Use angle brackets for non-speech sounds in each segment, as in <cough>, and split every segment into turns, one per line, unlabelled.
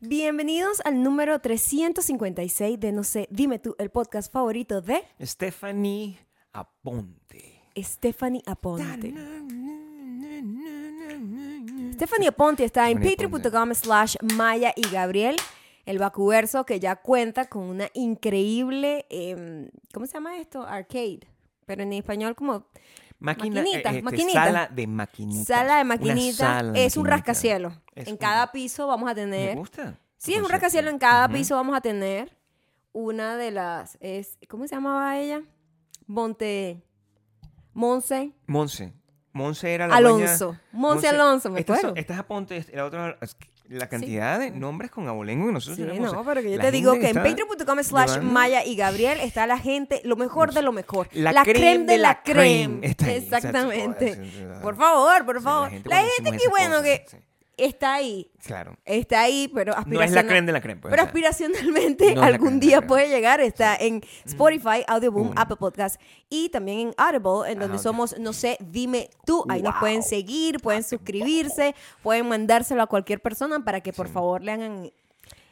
Bienvenidos al número 356 de No sé, dime tú, el podcast favorito de
Stephanie Aponte.
Stephanie Aponte. Este, Stephanie Aponte está en
Stephanie Aponte.
patreon.com slash Maya y Gabriel, el vacuverso que ya cuenta con una increíble, em, ¿cómo se llama esto? Arcade. Pero en español como
Máquina,
Maquinita,
eh, este,
maquinita.
Sala de maquinitas.
sala de
Una
maquinitas.
sala de
es un
maquinitas.
rascacielos.
Es
en
un-
cada piso vamos a
Me
tener...
gusta.
Sí, es un
Entonces,
rascacielos. En cada
ujú.
piso vamos a tener una de las. Es, ¿Cómo se llamaba ella? Monte. Monse.
Monse. Monse era Ah, la
Alonso.
dueña-
Monse Alonso, me
Estas son-
acuerdo.
Estas Aponte, es- la otra, es que la cantidad de nombres con abolengo que nosotros
Sí,
tenemos.
no,
o sea,
pero que yo
la
te digo
gente
que en
está
patreon.com slash
llevando-
Maya y Gabriel está la gente, lo mejor de lo mejor.
La creme
creme
de la
creme.
creme está ahí, o sea,
Exactamente.
sí, sí, sí,
por favor, por
sí,
favor. La gente,
cuando decimos
que
esas
bueno
cosas,
que
sí,
está ahí.
Claro.
Está ahí, pero
No es la
aspiracional-
creme de la creme. pues,
Pero
o sea.
aspiracionalmente
No es la
algún
crema,
día
la crema.
puede llegar. Está en Spotify, Audioboom,
Mm.
Apple Podcast y también en Audible, en donde
Audible.
somos, no sé, dime tú. Ahí nos
Wow.
pueden seguir, pueden suscribirse, pueden mandárselo a cualquier persona para que por favor le hagan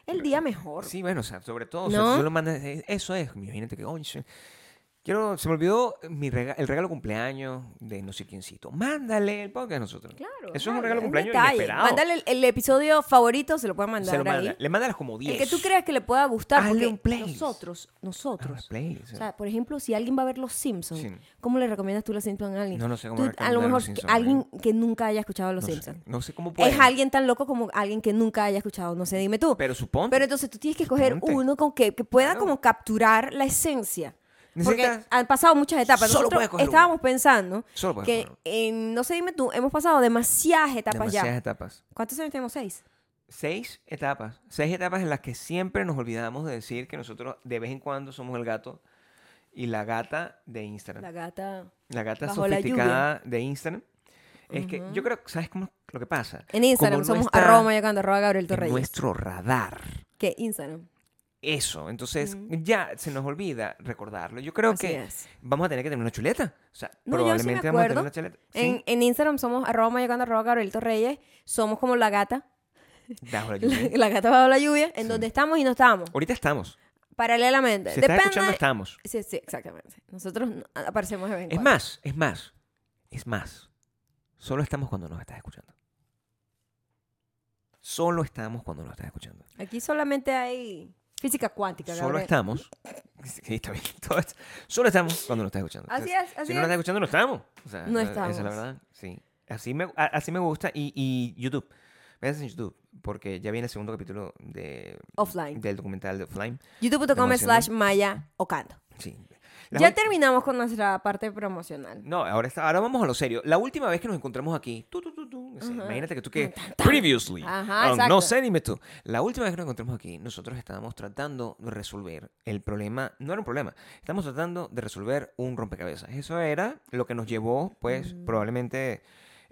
el día mejor.
Sí, bueno, o sea, sobre todo, o sea,
¿No?
si tú lo mandas, eh, eso es, imagínate que, oye, se- quiero, se me olvidó mi rega- el regalo cumpleaños de no sé quiéncito. Mándale el podcast a nosotros.
Claro.
Eso es
dale,
un regalo cumpleaños
detalle.
inesperado.
Mándale el, el episodio favorito, se lo pueden mandar
Se lo manda.
ahí.
Le mandas como 10.
El que tú creas que le pueda gustar.
Hazle
porque
un playlist.
nosotros,
Ah,
nosotros,
play, o
O
sea,
sea, por ejemplo, si alguien va a ver Los Simpsons,
Sí.
¿cómo le recomiendas tú Los Simpsons a alguien?
No, no sé cómo
Tú, A
recomendar
lo
Los
mejor
Simpsons a
alguien que nunca haya escuchado Los
no, sé,
Simpsons.
no sé cómo puede.
Es alguien tan loco como alguien que nunca haya escuchado, no sé, dime tú. Pero,
Pero supongo.
entonces tú tienes que escoger
Ponte.
uno con que, que pueda
Claro.
como capturar la esencia. Porque
Necesitas-
han pasado muchas etapas.
Solo
Nosotros
puedes coger
estábamos pensando
Solo puedes
que
coger uno.
en, no sé, dime tú, hemos pasado demasiadas etapas
demasiadas
ya.
etapas.
¿Cuántos años tenemos? ¿Seis?
Seis etapas. Seis etapas en las que siempre nos olvidamos de decir que nosotros de vez en cuando somos el gato y la gata de Instagram.
La gata.
La gata
Bajo la
sofisticada de Instagram. Es que yo creo, ¿sabes cómo es lo que pasa?
En Instagram
Como no
somos
está
arroba mayacando, arroba Gabriel
en
Torreyes.
nuestro radar.
¿Qué? Instagram.
Eso, entonces ya se nos olvida recordarlo. Yo creo
Así
que
es.
vamos a tener que tener una chuleta. O sea,
No, yo sí me
probablemente vamos a tener
acuerdo.
una chuleta.
En,
Sí,
en Instagram somos arroba mayocando, arroba Gabrielito Reyes. Somos como la gata.
bajo
La,
la
<laughs>
lluvia.
gata bajo la lluvia. En
Sí.
donde estamos y no estamos.
Ahorita estamos.
Paralelamente.
Si estás
Depende.
escuchando, estamos.
Sí, sí, exactamente. Nosotros no- aparecemos de vez en
Es
cuando.
más, es más, es más. Solo estamos cuando nos estás escuchando. Solo estamos cuando nos estás escuchando.
Aquí solamente hay física cuántica.
Solo
Gabriel.
estamos. <laughs> Sí, está bien. todo esto- Solo estamos cuando nos estás escuchando.
Así es, así
Si
es.
no nos estás escuchando, no estamos. O sea,
No
Esa es la
estamos.
verdad. Sí. Así me, a- así me gusta. Y, y YouTube. Véanse en YouTube. Porque ya viene el segundo capítulo de,
Offline.
del documental de Offline.
YouTube.com
Demasiado.
slash maya ocanto.
Sí. La
Ya
ul-
terminamos con nuestra parte promocional.
No, ahora, está- ahora vamos a lo serio. La última vez que nos encontramos aquí. tú, tú, tú, tú, o sea,
Ajá.
Imagínate que tú que.
Tan, tan.
Previously.
Ajá,
on
exacto.
no sé, dime tú. La última vez que nos encontramos aquí, nosotros estábamos tratando de resolver el problema. No era un problema. Estamos tratando de resolver un rompecabezas. Eso era lo que nos llevó, pues, probablemente.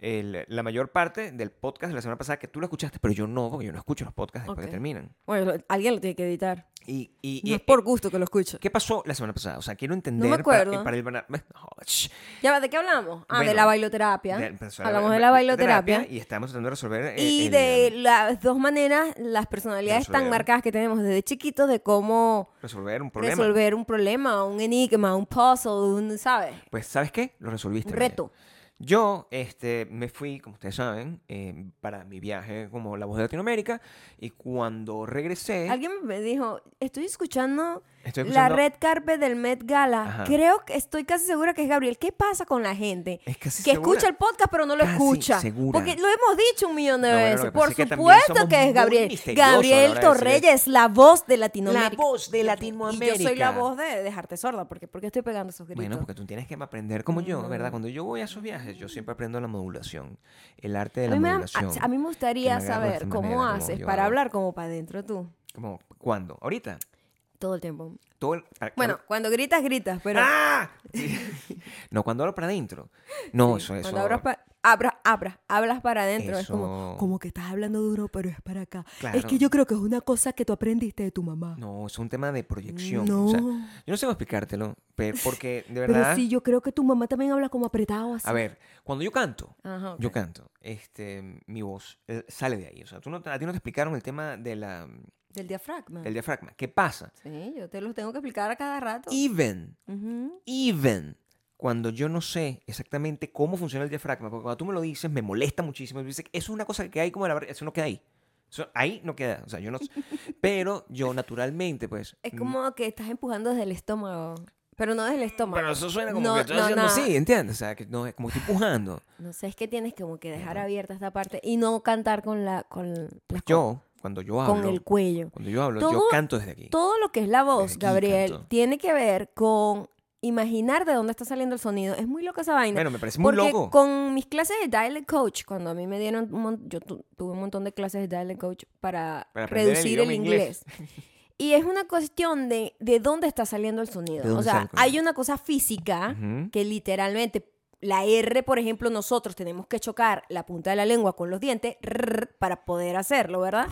el- la mayor parte del podcast de la semana pasada que tú lo escuchaste, pero yo no, porque yo no escucho los podcasts después
Ok.
que terminan.
Bueno, lo- alguien lo tiene que editar.
Y, y- eh,
No
y-
es por gusto que lo escucho.
¿Qué pasó la semana pasada? O sea, quiero entender.
acuerdo.
Para, para el banar- No, shh.
Ya, va, ¿de qué hablamos? Ah, de
Bueno,
la bailoterapia.
De- pues,
Hablamos de la bailoterapia.
Y estamos tratando de resolver. eh,
Y
el,
de
um,
las dos maneras, las personalidades tan
resolver.
marcadas que tenemos desde chiquitos de cómo
resolver un problema.
resolver un problema, un enigma, un puzzle, un, ¿sabes?
Pues, ¿sabes qué? Lo resolviste.
Un
Maya.
reto.
Yo este, me fui, como ustedes saben, eh, para mi viaje como la voz de Latinoamérica. Y cuando regresé.
Alguien me dijo, estoy escuchando,
Eh. Estoy
la
escuchando-
red carpet del Met Gala.
Ajá.
Creo que estoy casi segura que es Gabriel. ¿Qué pasa con la gente?
Es casi
que
segura.
escucha el podcast pero no lo
Casi
escucha.
segura.
Porque lo hemos dicho un millón de
No, bueno, lo
veces.
que pasa
Por
es que también
supuesto
somos
que es
muy
Gabriel.
misteriosos a la hora
Gabriel
de decir
Torreyes, la voz de Latinoamérica.
voz de
Y yo- Y yo soy la
Latinoamérica.
voz de dejarte sorda, porque porque estoy pegando esos gritos.
Bueno, porque tú tienes que aprender como yo, ¿verdad?
Mm.
Cuando yo voy a esos viajes, yo siempre aprendo la modulación, el arte de
a,
la
mí me da-
modulación.
a- a mí me gustaría
que me agarro de
saber
esta
cómo
manera, como
haces
yo
para
hago.
hablar como para adentro tú,
Como, ¿Cuándo? ¿Ahorita?
todo el tiempo.
Todo el- para-
Bueno, cuando gritas, gritas, pero
<laughs> ¡Ah! no, cuando hablo para adentro. No, eso, eso.
cuando hablas pa- abras, abras, hablas para adentro. Es
Eso.
como, como que estás hablando duro, pero es para acá. Es
Claro.
que yo creo que es una cosa que tú aprendiste de tu mamá.
No, es un tema de proyección.
No.
o sea, yo no sé cómo explicártelo,
<laughs>
pero porque de
pero
verdad.
sí, yo creo que tu mamá también habla como apretado así.
A ver, cuando yo canto,
Ajá, ok.
yo canto, este, mi voz eh, sale de ahí. O sea, tú no, te- a ti no te explicaron el tema de la,
Del diafragma.
del diafragma. ¿Qué pasa?
Sí, yo te los tengo que explicar a cada rato.
Even,
Ujú.
even cuando yo no sé exactamente cómo funciona el diafragma, porque cuando tú me lo dices me molesta muchísimo, y dices, eso es una cosa que hay como de la barriga", eso no queda ahí. Eso, ahí no queda, o sea, yo no sé. Pero yo naturalmente, pues...
Es
mm,
como que estás empujando desde el estómago. Pero no desde el estómago.
Pero eso suena como
No,
que estoy
no,
haciendo
no.
así, ¿entiendes? O sea, que no, es como estoy pujando.
No sé, es que tienes como que dejar abierta esta parte y no cantar con la con las co-
Pues Yo, cuando yo
con
hablo,
el cuello.
cuando yo hablo, yo
Todo-
canto desde aquí.
Todo lo que es la voz,
Desde aquí
Gabriel,
canto.
tiene que ver con imaginar de dónde está saliendo el sonido. Es muy loca esa vaina.
Bueno, me parece muy
porque
loco.
con mis clases de dialect coach, cuando a mí me dieron, un mon- yo tu- tuve un montón de clases de dialect coach para,
Para aprender el
reducir el,
idioma inglés.
inglés. Y es una cuestión de, de dónde está saliendo el
¿De
sonido. O
dónde sale
sea,
el sonido?
hay una cosa física
Ujú.
que literalmente la R, por ejemplo, nosotros tenemos que chocar la punta de la lengua con los dientes rrr, para poder hacerlo, ¿verdad?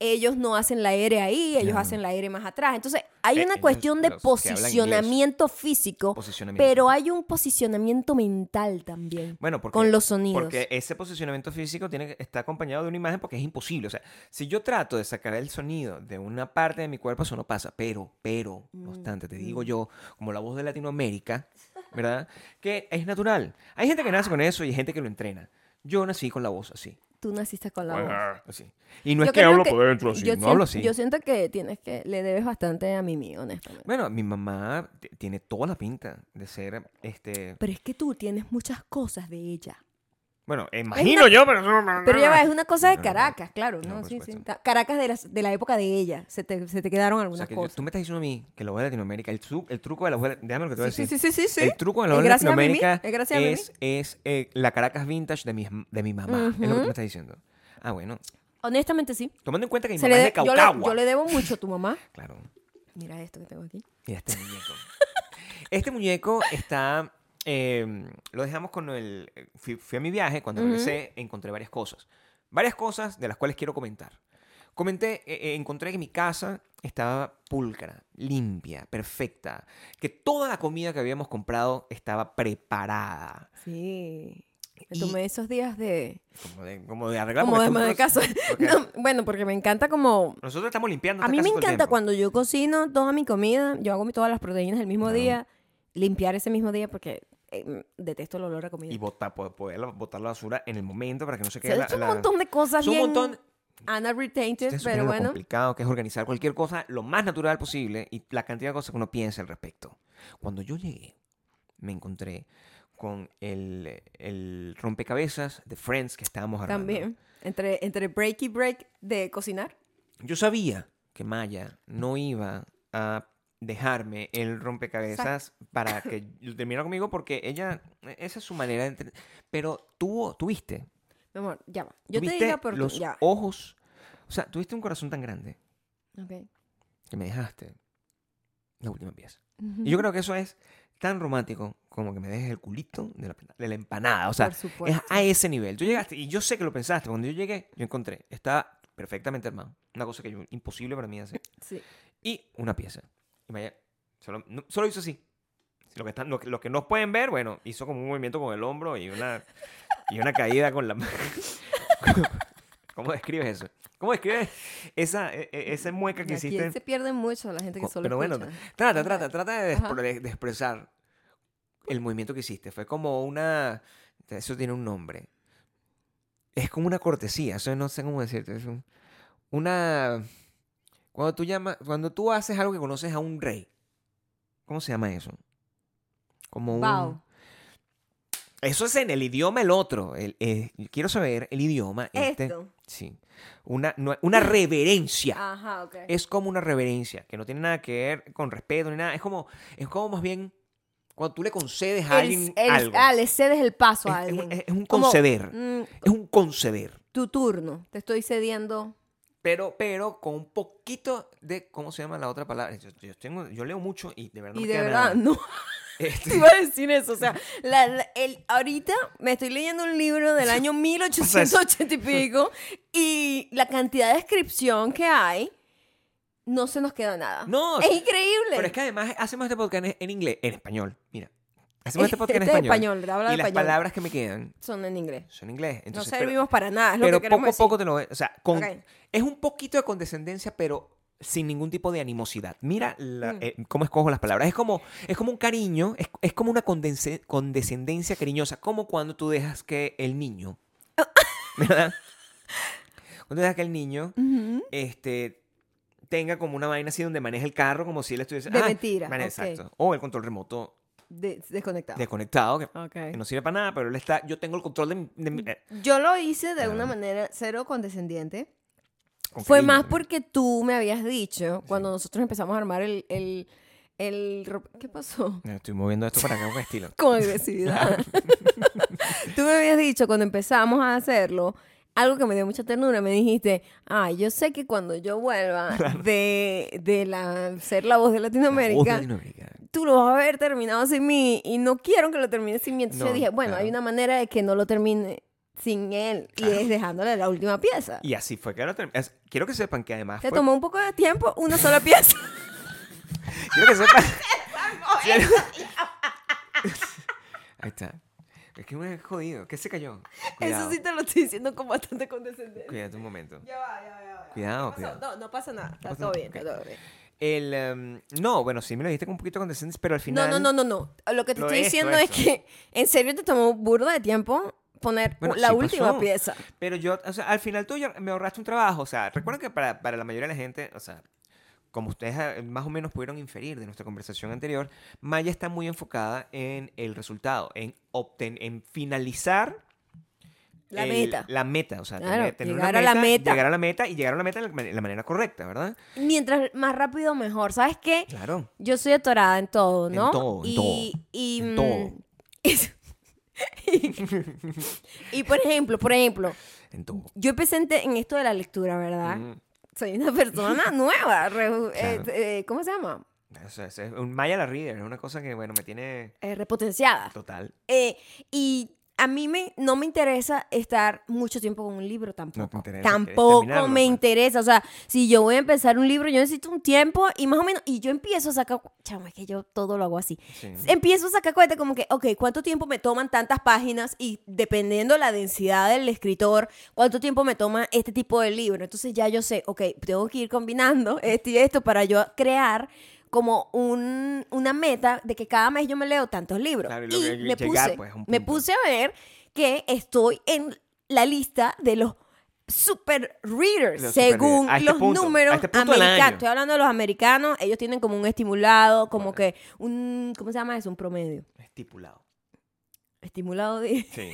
Ellos no hacen la R ahí, ellos
Claro.
hacen la R más atrás. Entonces, hay
Eh,
una
ellos,
cuestión de
los que hablan inglés,
posicionamiento físico,
Posicionamiento.
pero hay un posicionamiento mental también
Bueno, porque,
con los sonidos.
porque ese posicionamiento físico tiene que estar acompañado de una imagen porque es imposible. O sea, si yo trato de sacar el sonido de una parte de mi cuerpo, eso no pasa. Pero, pero,
Mm.
no obstante, te digo yo, como la voz de Latinoamérica, ¿verdad?
<laughs>
Que es natural. Hay gente que nace con eso y hay gente que lo entrena. Yo nací con la voz así.
Tú naciste con la voz.
así. Y no
Yo
es que
creo
hablo
que-
por dentro así,
yo
no
sien-
hablo así.
Yo siento que tienes que le debes bastante a Mimi, honestamente.
Bueno, mi mamá t- tiene toda la pinta de ser, este...
Pero es que tú tienes muchas cosas de ella.
Bueno, imagino yo, pero... eso-
Pero ya va, es una cosa de
No, no, no.
Caracas, claro,
No, pues,
¿no?
por
sí, sí.
supuesto.
Ta- Caracas de, las- de la época de ella. Se te, se te quedaron
O
algunas
sea, que yo-
cosas.
tú me estás diciendo a mí que la voz de Latinoamérica, el, tru- el truco de la voz... de- Déjame lo que te voy a
sí,
decir.
sí, sí, sí, sí.
El truco de la
Es
voz de
gracias a Mimi,
Latinoamérica
es gracias a Mimi.
es, es eh, la Caracas vintage de mi, de mi mamá. Es lo que tú me estás diciendo. Ah, bueno.
Honestamente, sí.
Tomando en cuenta que mi
Se
mamá
le de-
es de
yo, le,
Caucagua.
yo le debo mucho a tu mamá.
<laughs> Claro.
Mira esto que tengo aquí.
Mira este muñeco. <laughs> este muñeco está. eh, lo dejamos con el. Fui, fui a mi viaje, cuando regresé, encontré varias cosas. Varias cosas de las cuales quiero comentar. Comenté, eh, eh, encontré que mi casa estaba pulcra, limpia, perfecta. Que toda la comida que habíamos comprado estaba preparada.
Sí. Me
Y-
tomé esos días de...
Como de, como de arreglar.
Como
porque
de
estamos-
más de casa.
<laughs> porque
<laughs> No, bueno, porque me encanta como...
Nosotros estamos limpiando.
A
esta
mí me
casa todo el
encanta
tiempo.
cuando yo cocino toda mi comida, yo hago mi- todas las proteínas el mismo
Claro.
día, limpiar ese mismo día porque eh, detesto el olor a comida.
Y botar, po- poder botar la basura en el momento para que no se
O
quede
sea,
la-
es un
la-
montón de cosas
son un
bien
montón-
Ana Retainted,
Ustedes supieran
pero
lo
bueno.
complicado que es organizar cualquier cosa lo más natural posible y la cantidad de cosas que uno piensa al respecto. Cuando yo llegué, me encontré con el, el rompecabezas de Friends que estábamos armando.
También. Entre, entre break y break de cocinar.
Yo sabía que Maya no iba a dejarme el rompecabezas <laughs> para que
<laughs>
lo terminara conmigo porque ella, esa es su manera de... entre- Pero tuvo, tuviste,
Mi amor, ya va. Yo te
tuviste
digo porque
los
ya va.
ojos, o sea, tuviste un corazón tan grande
Ok.
que me dejaste la última pieza. Y yo creo que eso es tan romántico como que me dejes el culito de la, de la empanada. O sea,
Por supuesto.
es a ese nivel. Tú llegaste, y yo sé que lo pensaste. Cuando yo llegué, yo encontré. Estaba perfectamente armado. Una cosa que yo, imposible para mí hacer.
Sí.
Y una pieza. Y Maya solo, no- solo hizo así. Lo que, están, lo, que- lo que no pueden ver, bueno, hizo como un movimiento con el hombro y una, y una caída con la mano. <laughs> ¿Cómo describes eso? ¿Cómo describes esa, e- e- esa mueca que
Y aquí
hiciste?
se pierde mucho la gente que
Co-
solo
pero bueno,
escucha.
Trata, trata, trata de,
Ajá.
expre- de expresar el movimiento que hiciste. Fue como una... Eso tiene un nombre. Es como una cortesía. Eso no sé cómo decirte. Es un- una... Cuando tú llamas... Cuando tú haces algo que conoces a un rey. ¿Cómo se llama eso? Como un...
Wow.
Eso es en el idioma el otro. El- eh, quiero saber el idioma este.
Esto.
Sí. Una, no- una reverencia
Ajá, ok.
es como una reverencia, que no tiene nada que ver con respeto ni nada. Es como, es como más bien cuando tú le concedes a alguien
El- el-
algo.
Ah, le cedes el paso a
es, es
alguien.
un, es un
Como,
conceder.
mm,
Es un conceder.
tu turno. Te estoy cediendo.
Pero, pero con un poquito de, ¿cómo se llama la otra palabra? Yo, yo tengo, yo leo mucho y de verdad no
y
me
de
queda
verdad,
nada.
no.
<laughs>
<laughs>
Este,
Te iba a decir eso. O sea, la- la- el, ahorita me estoy leyendo un libro del
<laughs>
año 1880 y pico y la cantidad de descripción que hay, no se nos queda nada.
No,
es increíble.
pero es que además hacemos este podcast en- en inglés, en español. Mira,
<laughs>
hacemos este podcast en
Este es
español.
español, habla
y las
español.
palabras que me quedan
Son en inglés.
son en inglés. Entonces,
no
pero-
servimos para nada, es lo
pero
que queremos
poco
decir.
a poco te lo ve- O sea, con-
Ok.
es un poquito de condescendencia, pero sin ningún tipo de animosidad. Mira la-
Mm.
eh, cómo escojo las palabras. Es como, es como un cariño, es, es como una condense- condescendencia cariñosa, como cuando tú dejas que el niño,
<laughs>
¿verdad? Cuando dejas que el niño
Ujú.
este, tenga como una vaina así donde maneja el carro como si él estuviese... ah,
De mentira,
maneja-
ok. Ah.
Exacto. O el control remoto
De- desconectado.
desconectado, que,
Ok.
que no sirve para nada, pero él está... Yo tengo el control de... mi- de
Mm.
mi- eh,
Yo lo hice de
Ah.
una manera cero condescendiente.
con
Fue
cariño,
más
¿no?
porque tú me habías dicho, cuando nosotros empezamos a armar el... el, el ro- ¿Qué pasó?
No, Estoy moviendo esto para acá
<laughs>
con estilo.
Con agresividad. <laughs> tú me habías dicho cuando empezamos a hacerlo, algo que me dio mucha ternura, me dijiste, ay, yo sé que cuando yo vuelva de, de la, ser la voz de
Voz de
Latinoamérica,
Latinoamérica.
tú lo vas a haber terminado sin mí y no quiero que lo termine sin mí. Entonces
No,
yo dije, bueno,
claro.
hay una manera de que no lo termine sin él y es dejándole la última pieza.
Y así fue que lo terminé. Es- Quiero que sepan que además
Te
fue-
tomó un poco de tiempo, una sola
<laughs>
pieza. <laughs>
Quiero que sepan... <laughs> Quiero- Ahí está. Es que me he jodido. ¿Qué se cayó? Cuidado.
Eso sí te lo estoy diciendo con bastante condescendencia.
Cuídate un momento.
Ya va, ya va, ya va, ya va.
Cuidado,
¿Qué pasó?
cuidado.
No, no pasa nada. Está
pasa
todo
nada,
bien, está
ok.
todo bien.
El, em, no, bueno, sí me lo dijiste con un poquito condescendiente, pero al final...
No, no, no, no, no. Lo que te
Lo
estoy
esto,
diciendo
esto.
es que <laughs> en serio te tomó burda de tiempo poner
Bueno,
la
sí
última
pasó.
pieza.
Pero yo, o sea, al final tú ya me ahorraste un trabajo. O sea, recuerda que para, para la mayoría de la gente, o sea, como ustedes eh, más o menos pudieron inferir de nuestra conversación anterior, Maya está muy enfocada en el resultado, en, obten en finalizar.
La
el-
meta.
La meta, o sea,
Claro,
tener, tener una
llegar a la meta.
Llegar a la meta y llegar a la meta de la, man- la manera correcta, ¿verdad?
Mientras más rápido, mejor. ¿Sabes qué?
Claro.
Yo soy atorada en todo,
En
¿no?
todo, en
y,
todo,
Y,
en
mm,
todo.
<laughs> y, por ejemplo, por ejemplo,
En todo.
yo empecé en, te- en esto de la lectura, ¿verdad?
Mm.
Soy una persona <laughs> nueva. re- eh,
Claro.
eh, ¿Cómo se llama?
O sea, es un Maya la Reader, es una cosa que, bueno, me tiene
Eh, repotenciada.
total.
Eh, y a mí me, no me interesa estar mucho tiempo con un libro tampoco.
interesa, quieres
tampoco
terminarlo,
me
pues.
interesa. O sea, si yo voy a empezar un libro, yo necesito un tiempo y más o menos. Y yo empiezo a sacar. Chamo, es que yo todo lo hago así.
Sí.
Empiezo a sacar cuenta como que, ok, ¿cuánto tiempo me toman tantas páginas? Y dependiendo la densidad del escritor, ¿cuánto tiempo me toma este tipo de libro? Entonces ya yo sé, ok, tengo que ir combinando <laughs> esto y esto para yo crear como un- una meta de que cada mes yo me leo tantos libros.
Claro, y
y
lo que-
me,
llegar,
puse,
pues, a un
me
punto.
puse a ver que estoy en la lista de los super readers
Los super
según
readers. A este
los
punto, a
números
este punto del
americanos.
año.
Estoy hablando de los americanos, ellos tienen como un estimulado, como
Bueno.
que un, ¿cómo se llama eso? Un promedio.
Estipulado.
Estimulado de... <laughs>
Sí.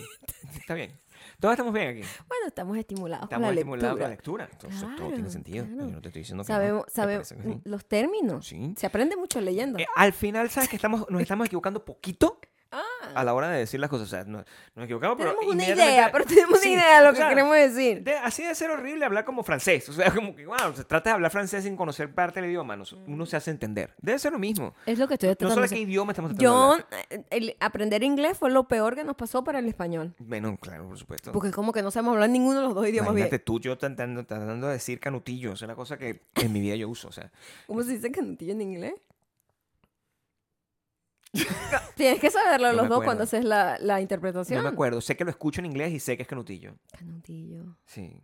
Está bien. Todos estamos bien aquí.
Bueno, estamos estimulados
Estamos
con la
estimulados
lectura.
con la lectura. Entonces, todo
Claro,
tiene sentido.
claro.
Yo no te estoy diciendo que no.
Sabemos,
¿Te
sabemos
parece que sí?
los términos.
Sí.
Se aprende mucho leyendo.
Eh, al final, ¿sabes que estamos, nos estamos equivocando poquito
<laughs> ah,
a la hora de decir las cosas? O sea, no- nos, equivocamos, pero.
tenemos una
inmediatamente-
idea,
<laughs>
pero tenemos
Sí,
una idea de lo
o
que
sea,
queremos decir.
de- así de ser horrible hablar como francés. O sea, como que, wow, se trata de hablar francés sin conocer parte del idioma. Nos-
Mm.
uno se hace entender. Debe ser lo mismo.
Es lo que estoy
No
tratando
solo
de
qué
hacer.
idioma estamos tratando de
Yo,
hablar.
eh, el aprender inglés fue lo peor que nos pasó para el español.
Bueno, claro, por supuesto.
Porque es como que no sabemos hablar ninguno de los dos idiomas
Imagínate
bien.
tú, yo tratando, tratando de decir canutillo. Es una cosa que en mi vida yo uso. O sea,
¿Cómo se dice canutillo en inglés? <laughs> Tienes que saberlo
No me
los dos
acuerdo.
cuando haces la, la interpretación.
No me acuerdo, sé que lo escucho en inglés y sé que es canutillo.
Canutillo.
Sí,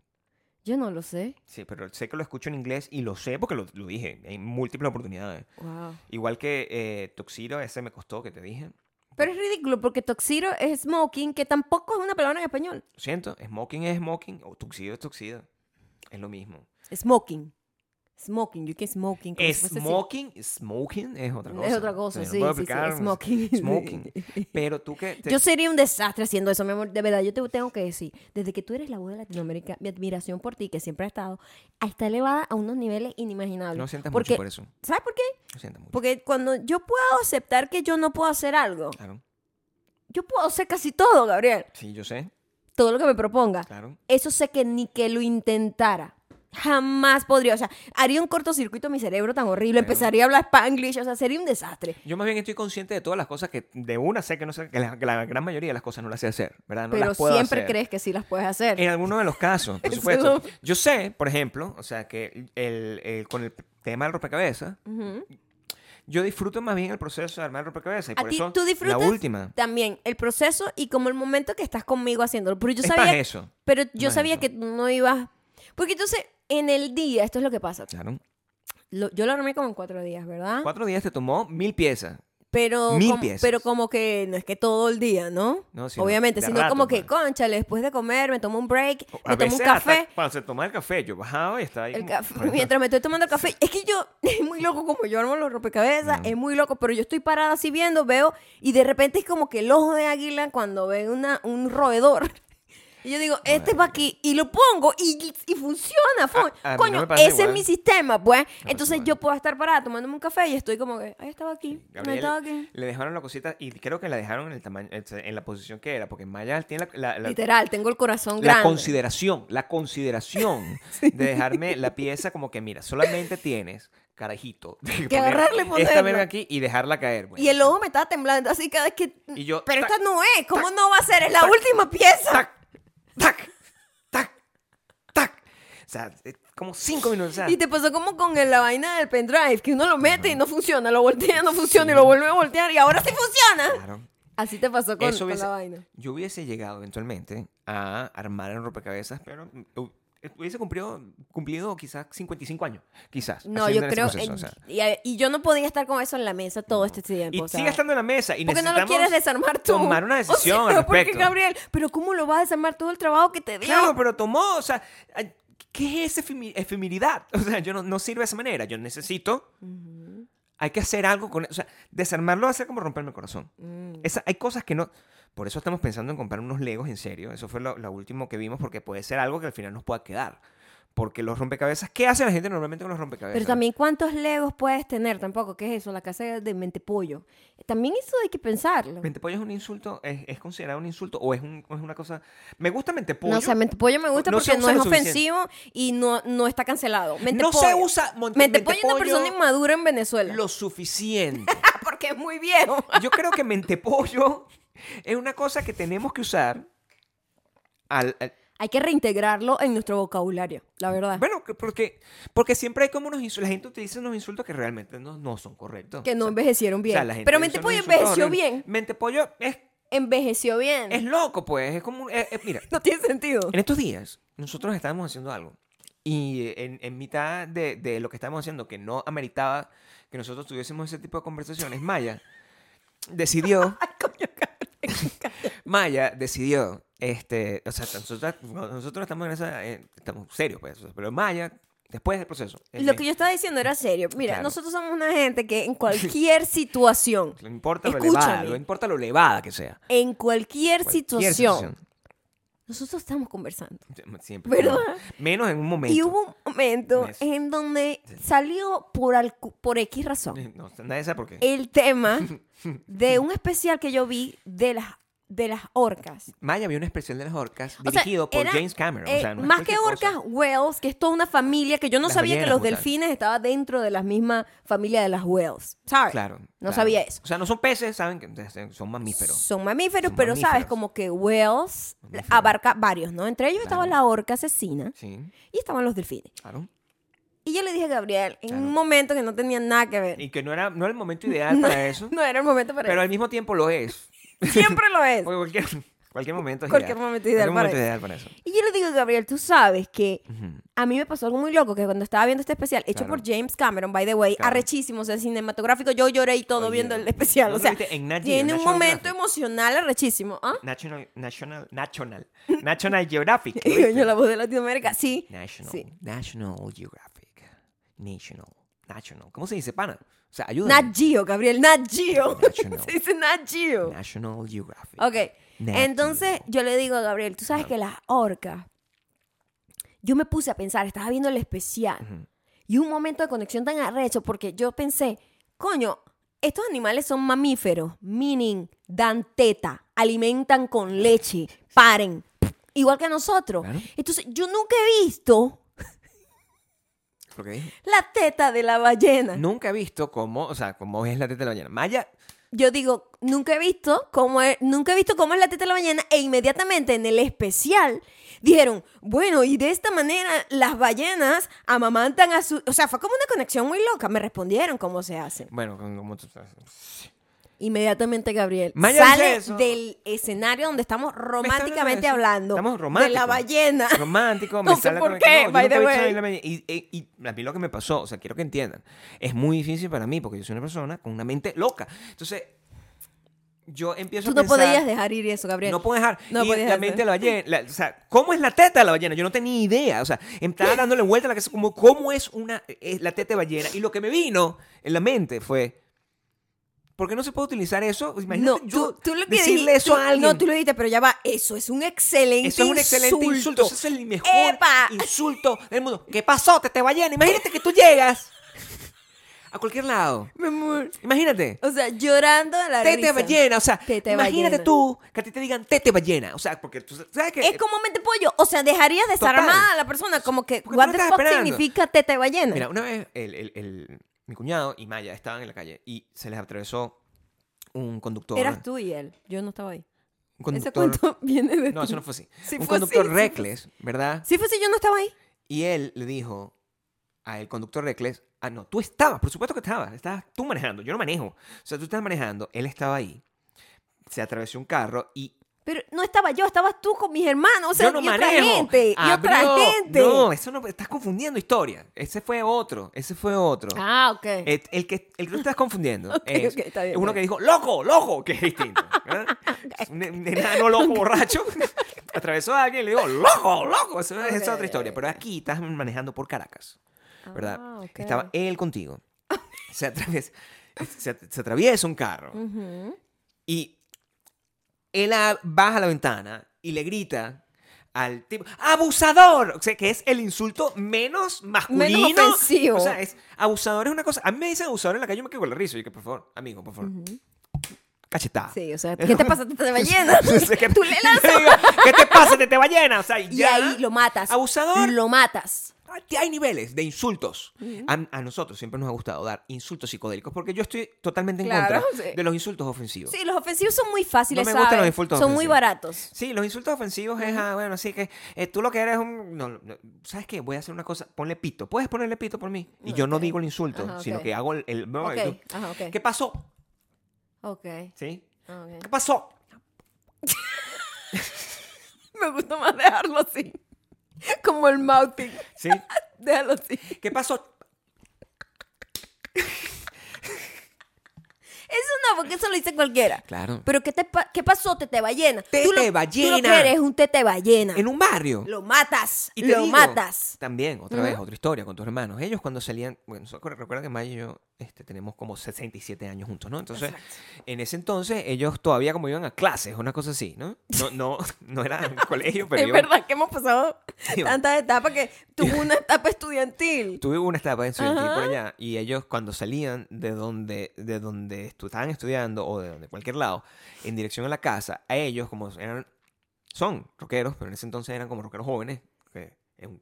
Yo no lo sé.
sí, pero sé que lo escucho en inglés y lo sé porque lo, lo dije en múltiples oportunidades.
Wow.
Igual que eh, Tuxedo, ese me costó que te dije.
Pero es ridículo porque toxiro es smoking, que tampoco es una palabra en español.
Lo siento, smoking es smoking o tuxedo es tuxedo. Es lo mismo.
Smoking. Smoking, you can smoking. como si fuese así.
Smoking, smoking es otra cosa.
Es otra cosa,
O sea, no
sí,
puedo
sí, sí,
explicar,
smoking.
<laughs>
<laughs>
Smoking. Pero tú que... te-
Yo sería un desastre haciendo eso, mi amor. De verdad, yo te tengo que decir, desde que tú eres la voz de Latinoamérica, mi admiración por ti, que siempre ha estado, está elevada a unos niveles inimaginables.
no sientas
porque,
mucho por eso.
¿Sabes por qué?
No sientas mucho.
Porque cuando yo puedo aceptar que yo no puedo hacer algo,
Claro.
yo puedo hacer casi todo, Gabriel.
Sí, yo sé.
Todo lo que me proponga.
Claro.
Eso sé que ni que lo intentara. Jamás podría. O sea, haría un cortocircuito a mi cerebro tan horrible.
Bueno.
Empezaría a hablar spanglish. O sea, sería un desastre.
Yo más bien estoy consciente de todas las cosas que de una sé que no sé, que la, que la gran mayoría de las cosas no las sé hacer, ¿verdad? No
Pero
las puedo
siempre
hacer.
crees que sí las puedes hacer.
En alguno de los
<laughs>
casos, por
Eso.
supuesto. Yo sé, por ejemplo, o sea, que el, el- con el tema del rompecabezas,
Ujú.
yo disfruto más bien el proceso de armar el rompecabezas. Y
A
por
ti,
eso,
tú disfrutas
la última.
también el proceso y como el momento que estás conmigo haciéndolo. Pero yo
es
sabía,
más eso.
pero yo
más
sabía
eso.
que tú no ibas. Porque entonces, en el día, esto es lo que pasa.
Claro.
Lo- yo lo armé como en cuatro días, ¿verdad?
Cuatro días te tomó mil piezas.
Pero,
Mil
como,
piezas.
pero como que no es que todo el día, ¿no?
No, sino
Obviamente,
de
sino
rato,
como que,
pues.
conchale, después de comer, me tomo un break,
A
me tomo un
veces hasta
café.
Cuando se tomaba el café, yo bajaba y estaba ahí.
El
como-
café- <laughs> mientras me estoy tomando el café, es que yo, <laughs> es muy loco como yo armo los rompecabezas,
Ajá.
es muy loco, pero yo estoy parada así viendo, veo, y de repente es como que el ojo de águila cuando ve una, un roedor. <laughs> Y yo digo, este va aquí, y lo pongo, y, y funciona. fun-
a mí no
Coño,
me pasa
ese es
igual. Ah,
mi sistema, pues.
pasa
Entonces
igual.
yo puedo estar parada tomándome un café y estoy como que, ay, estaba aquí, no
Gabriel,
estaba aquí.
le dejaron la cosita y creo que la dejaron en el tamaño, en la posición que era, porque Maya tiene la, la- la-
Literal, tengo el corazón
la
grande.
consideración, la consideración
<laughs>
de dejarme la pieza como que, mira, solamente tienes, carajito, de poner
agarrarla y
esta
ponerla.
verga aquí y dejarla caer. bueno.
Y el ojo me estaba temblando, así cada vez que...
Y yo,
pero
tac,
esta no es, ¿cómo no va a ser? Es la última pieza.
tac, tac, tac, tac. O sea, eh, como cinco minutos. o sea,
Y te pasó como con el- la vaina del pendrive, que uno lo mete y no funciona, lo voltea, no funciona y
Sí.
lo vuelve a voltear y ahora sí funciona.
claro.
Así te pasó con, con
Eso hubiese-
la vaina.
Yo hubiese llegado eventualmente a armar un rompecabezas, pero mm, hu- hubiese cumplido, cumplido quizás 55 años, quizás.
No,
haciendo
yo
ese
creo.
proceso,
eh,
o sea.
y, y yo no podía estar con eso en la mesa todo este tiempo.
Y
o sea,
sigue estando en la mesa y
porque no lo
necesitamos
quieres desarmar tú.
tomar
<laughs>
una
O
decisión al
sea, porque,
respecto.
Gabriel, pero ¿cómo lo vas a desarmar todo el trabajo que te dio?
Claro, pero tomó, o sea, ay, ¿qué es efemi- efemeridad? O sea, yo no, no sirve de esa manera, yo necesito, hay que hacer algo con, o sea, desarmarlo va a ser como romperme el corazón.
Mm.
Esa- hay cosas que no, por eso estamos pensando en comprar unos Legos en serio, eso fue lo, lo último que vimos porque puede ser algo que al final nos pueda quedar. Porque los rompecabezas, ¿qué hace la gente normalmente con los rompecabezas?
Pero también, ¿cuántos legos puedes tener tampoco? ¿Qué es eso? La casa de mentepollo. También eso hay que pensarlo.
Mentepollo pues, es un insulto, es, es considerado un insulto o es, un- o es una cosa. Me gusta mentepollo.
No, o sea, mentepollo me gusta
No se
porque no
usa
es
lo suficiente.
ofensivo y no, no está cancelado.
no
Mentepollo.
se usa mon-
Mentepollo es una
mentepollo
persona inmadura en Venezuela. <laughs> Ah,
lo suficiente.
Porque es muy viejo.
<laughs> Yo creo que mentepollo es una cosa que tenemos que usar. Al, al-
Hay que reintegrarlo en nuestro vocabulario, la verdad.
bueno, que- porque, porque siempre hay como unos insultos. La gente utiliza unos insultos que realmente no, no son correctos.
que no
O sea,
envejecieron
o
bien.
sea, la gente
Pero
usa
Mentepollo
unos insultos
envejeció
horribles.
bien.
Mentepollo es,
Envejeció bien.
es loco, pues. Es como. un- eh, eh, mira,
<laughs> No tiene sentido.
En estos días, nosotros estábamos haciendo algo. Y eh, en, en mitad de, de lo que estábamos haciendo, que no ameritaba que nosotros tuviésemos ese tipo de conversaciones, Maya
<laughs>
decidió. <laughs> Maya decidió. Este, o sea, nosotros, nosotros estamos en esa. eh, estamos serios, pues. Pero Maya, después del proceso. eh,
Lo que yo estaba diciendo era serio. Mira,
Claro.
nosotros somos una gente que en
<laughs>
cualquier situación,
No importa lo
Escúchame.
elevada, no importa lo elevada que sea.
en cualquier,
Cualquier
situación, nosotros estamos conversando.
situación. Siempre.
¿Verdad?
Menos en un momento.
Y hubo un momento
Mes.
en donde salió por, alcu- por X razón
<laughs> No, nadie sabe por qué.
el tema
<laughs>
de un especial que yo vi de las, de las orcas.
Maya vio una expresión de las orcas
O sea,
dirigido por
era,
James Cameron. o
eh,
sea, no es
más que
cualquier
orcas,
cosa.
whales, que es toda una familia que yo no
Las
sabía que
ballenas,
los
muchacho.
delfines estaban dentro de la misma familia de las whales. ¿Sabes?
Claro.
no
claro.
sabía eso.
O sea, no son peces, saben que son mamíferos.
Son mamíferos,
Son
pero sabes,
mamíferos.
como que whales
Mamíferos.
abarca varios, ¿no? Entre ellos estaba
Claro.
la orca asesina
Sí,
y estaban los delfines. <laughs>
claro.
Y yo le dije a Gabriel, en
Claro.
un momento que no tenía nada que ver,
Y que no era, no era el momento ideal para eso,
No era el momento <laughs> para
<laughs> pero al mismo tiempo lo es.
eso. Siempre lo <laughs> es.
Porque cualquier, cualquier momento es
Cualquier
ideal.
momento ideal para
Cualquier momento
eso.
ideal para eso.
Y yo le digo, Gabriel, tú sabes que
Ujú.
a mí me pasó algo muy loco, que cuando estaba viendo este especial, hecho
Claro.
por James Cameron, by the way,
Claro.
arrechísimo, o sea, cinematográfico, yo lloré y todo
Oye,
viendo el especial.
¿no
O
lo
sea,
viste en Nat Geo,
tiene un
National
momento
Geographic?
emocional arrechísimo. ¿Ah?
National, National, National,
<laughs>
National Geographic. ¿lo viste?
Yo la voz de Latinoamérica, sí.
National,
Sí.
National Geographic. National, National. ¿Cómo se dice, pana? O sea, ayuda.
Nat Geo, Gabriel, Nat Geo.
National.
Se <laughs> dice Nat Geo.
National Geographic.
Ok.
Nat
Entonces
Geo.
yo le digo a Gabriel, tú sabes que las orcas, yo me puse a pensar, estaba viendo el especial
Ujú.
y un momento de conexión tan arrecho porque yo pensé, coño, estos animales son mamíferos, meaning, dan teta, alimentan con leche, paren, igual que nosotros.
Claro.
Entonces yo nunca he visto
lo que dije.
La teta de la ballena.
Nunca he visto cómo, o sea, cómo es la teta de la ballena. Maya,
Yo digo, nunca he visto cómo es, nunca he visto cómo es la teta de la ballena e inmediatamente en el especial dijeron, bueno, y de esta manera las ballenas amamantan a su, o sea, fue como una conexión muy loca, me respondieron cómo se hace.
bueno, como...
Inmediatamente Gabriel
Maya dice
sale
eso.
del escenario donde estamos románticamente
eso.
hablando
Estamos
de la
románticos.
ballena.
romántico, me
No sé
sale
por
con-
qué,
no, yo
by
nunca
the
he
way.
visto bailar- Y, y- y a mí lo que me pasó, o sea, quiero que entiendan, es muy difícil para mí porque yo soy una persona con una mente loca. Entonces, yo empiezo
Tú
a
no
pensar...
podías dejar ir eso, Gabriel.
No puedes dejar.
No
y
podías
la
hacer.
mente de la ballena. la- o sea, ¿cómo es la teta de la ballena? Yo no tenía ni idea. O sea,
<laughs>
estaba dándole vuelta a la cabeza como cómo es una es la teta de ballena. Y lo que me vino en la mente fue. ¿Por qué no se puede utilizar eso? Pues, Imagínate
no,
yo
tú, tú lo que
decirle
dijiste-
eso
tú-
a alguien.
No, tú lo dijiste, pero ya va, eso es un excelente
Eso es un excelente insulto. Ese es el mejor
¡Epa!
insulto del mundo. ¿Qué pasó? Te te ballena. Imagínate que tú llegas a cualquier lado.
Mi amor.
Imagínate.
O sea, llorando a la
Tete
risa.
ballena, o sea,
Tete
imagínate
ballena.
tú que a ti te digan tete ballena, o sea, porque tú sabes que
Es como mente pollo. O sea, dejarías desarmada a la persona. Como que,
Porque tú
what
no
the
estás
fuck
esperando.
significa tete ballena?
Mira, una vez el- el- el- mi cuñado y Maya estaban en la calle y se les atravesó un conductor.
Eras tú y él. Yo no estaba ahí.
Un
Ese
conductor.
cuento <laughs> viene de
No,
ti.
eso no fue así.
Sí
un
fue así,
conductor
sí fue
reckless, ¿verdad?
Si fuese yo no estaba ahí.
Y él le dijo al conductor reckless, ah, no, tú estabas, por supuesto que estabas, estabas tú manejando, yo no manejo. O sea, tú estás manejando, él estaba ahí, se atravesó un carro y
Pero no estaba yo, estabas tú con mis hermanos. O sea,
yo no
y
manejo.
otra gente. Y otra
Abrió.
gente.
No, eso no, estás confundiendo historia. Ese fue otro, ese fue otro.
Ah, ok.
El, Eh, el que, el que tú estás confundiendo
<laughs> Ok,
es
ok, está bien,
uno
está
que dijo, loco, loco, que
<laughs>
es distinto. ¿verdad? Es Un un enano loco borracho atravesó a alguien y le dijo, loco, loco. Eso es- es
Ok,
otra historia.
ok,
Pero aquí estás manejando por Caracas, ¿verdad?
Ah, ok.
Estaba él contigo.
<laughs>
Se atraviesa, se, at- se atraviesa un carro
Ujú.
y él a- baja la ventana y le grita al tipo abusador, o sea, que es el insulto menos masculino,
ofensivo.
O sea, es abusador es una cosa. A mí me dicen abusador en la calle yo me quedo con la risa, yo que por favor, amigo, por favor. Cachetada.
Sí, o
<laughs>
sea, ¿qué te pasa? Tete ballena.
O sea, que-
<laughs> Tú le lanzas.
<laughs> yo digo, ¿Qué te pasa? Te te ballena, o sea,
Y
ya.
ahí lo matas.
Abusador. ah,
Lo matas.
Hay niveles de insultos. a, a nosotros siempre nos ha gustado dar insultos psicodélicos porque yo estoy totalmente en
Claro,
contra
sí.
de los insultos ofensivos.
Sí, los ofensivos son muy fáciles,
No me gustan
¿sabes?
los insultos
Son muy
ofensivos.
baratos.
Sí, los insultos ofensivos es, ah, bueno, así que eh, tú lo que eres es un... no, no, ¿Sabes qué? Voy a hacer una cosa. Ponle pito. ¿Puedes ponerle pito por mí? Y yo no
Ok.
digo el insulto,
Ajá,
sino
ok.
que hago el... el- no,
Ok,
y tú,
ajá, ok.
¿Qué pasó?
Ok.
¿Sí?
ok.
¿Qué pasó?
Me gusta más dejarlo así. Como el mouthing.
¿Sí?
Déjalo así.
¿Qué pasó?
Eso no, porque eso lo dice cualquiera.
Claro.
Pero ¿qué, te pa- qué pasó, tete ballena?
Tete
tú lo, Tú lo que
ballena.
eres es un tete ballena.
En un barrio.
Lo matas.
Y te
lo
digo,
matas.
También, otra vez, otra historia con tus hermanos. Ellos cuando salían, bueno, so- recuerda que Maya y yo este, tenemos como 67 años juntos, ¿no? Entonces, en ese entonces, ellos todavía como iban a clases, una cosa así, ¿no? No, no, <laughs> no era un colegio, pero
es
iban-
verdad que hemos pasado
Digo-
tantas etapas que tuvo
<laughs>
una etapa estudiantil.
Tuve una etapa estudiantil por
Ajá.
allá y ellos cuando salían de donde, de donde estu- estaban estudiando o de donde cualquier lado, en dirección a la casa, a ellos como eran, son rockeros, pero en ese entonces eran como rockeros jóvenes, que es un-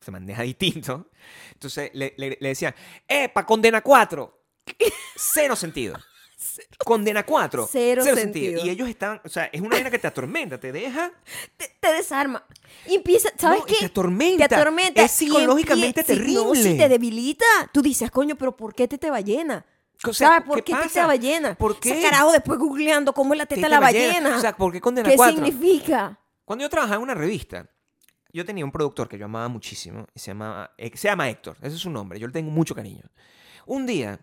se maneja <laughs> distinto, entonces le, le- le decían, ¡Epa, condena 4! Cero sentido. Condena 4.
Cero sentido.
Y ellos estaban, o sea, es una vaina que te atormenta, te deja
Te, te desarma. Y empieza, ¿sabes
No, y
qué?
te atormenta.
Te atormenta.
Es
y
psicológicamente
empie- sí, no,
terrible.
sí, te debilita. Tú dices, coño, pero ¿por qué tete ballena?
O sea,
¿Sabes por
¿qué
qué, tete
pasa?
ballena?
¿Por
O sea,
qué?
carajo, después googleando cómo es la teta, de la ballena.
O sea, ¿por qué condena
¿Qué
4?
significa?
Cuando yo trabajaba en una revista, yo tenía un productor que yo amaba muchísimo, y se, llamaba, eh, se llama Héctor, ese es su nombre, yo le tengo mucho cariño. Un día,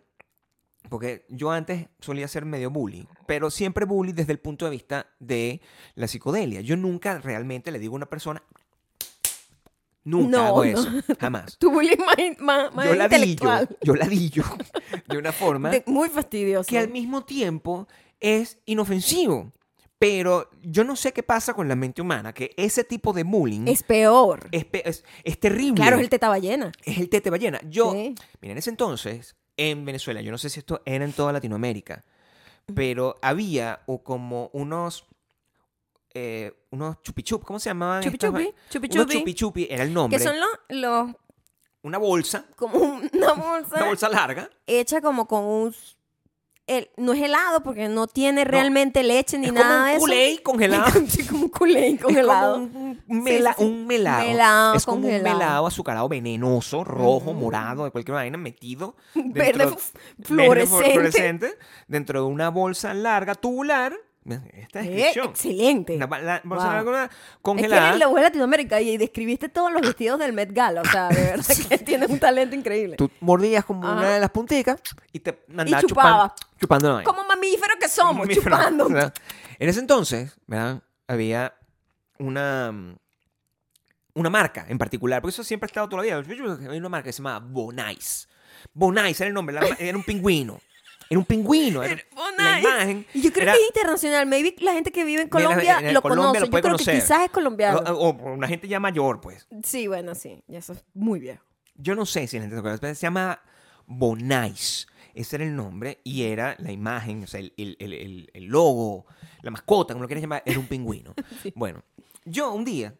porque yo antes solía ser medio bully, pero siempre bully desde el punto de vista de la psicodelia. Yo nunca realmente le digo a una persona, nunca
No,
hago
no.
eso, jamás.
Tu bullying más, <laughs> más, más
Yo ladillo,
intelectual.
yo ladillo de una forma
<laughs> De- muy fastidioso.
que al mismo tiempo es inofensivo. Pero yo no sé qué pasa con la mente humana, que ese tipo de bullying es,
Es peor.
pe- es- es terrible.
Claro, es el teta ballena.
Es el tete ballena. Yo, ah,
Sí.
mira, en ese entonces, en Venezuela, yo no sé si esto era en toda Latinoamérica, pero había o como unos... eh, unos chupichup, ¿cómo se llamaban?
Chupi
estas
chupi,
va-
chupi
Unos
chupi.
chupichupi era el nombre.
Que son los, los
una bolsa,
Como un- una bolsa,
<laughs> una bolsa larga.
hecha como con un... el- no es helado porque no tiene realmente leche ni
es
nada
como
de
un
eso.
Kool-Aid congelado.
<laughs> Sí, como un culé congelado.
Es como un- un, mela-
sí, sí.
un melado.
Melado
es como
congelado.
un melado azucarado venenoso, rojo,
Mm.
morado, de cualquier vaina, metido.
Verde
dentro-
fu-
verde flu-
fluorescente.
fluorescente, Dentro de una bolsa larga, tubular. Esta
<laughs> Eh,
descripción.
excelente.
Una ba- la- bolsa
Wow.
larga, tubular,
Es que
congelada.
eres la voz de Latinoamérica y describiste todos los vestidos del Met Gala. O sea,
<laughs>
de verdad que tienes un talento increíble.
Tú mordías como
Ajá.
una de las punticas y te andabas
chupaba.
chupando, chupando la vaina.
Como mamíferos que
<laughs>
somos,
Mi-
chupando.
¿verdad? En ese entonces, ¿verdad? Había una mm, una marca en particular, porque eso siempre ha estado toda la vida. Había una marca que se llamaba Bonais. Bonais era el nombre, la- era un pingüino. Era un pingüino. Era, La
<laughs> Bonais.
imagen
Y yo creo
era-
que es internacional. Maybe la gente que vive en
de la-
Colombia
en
lo
Colombia
conoce.
lo
yo
puede
creo que
conocer.
quizás es colombiano.
O, o una gente ya mayor, pues.
sí, bueno, sí. Ya eso es muy viejo.
Yo no sé si la gente se acuerda, pero se llama Bonais. Ese era el nombre y era la imagen, o sea, el, el- el- el- el logo, la mascota, como lo quieras llamar, era un
<laughs>
pingüino. Bueno, yo un día,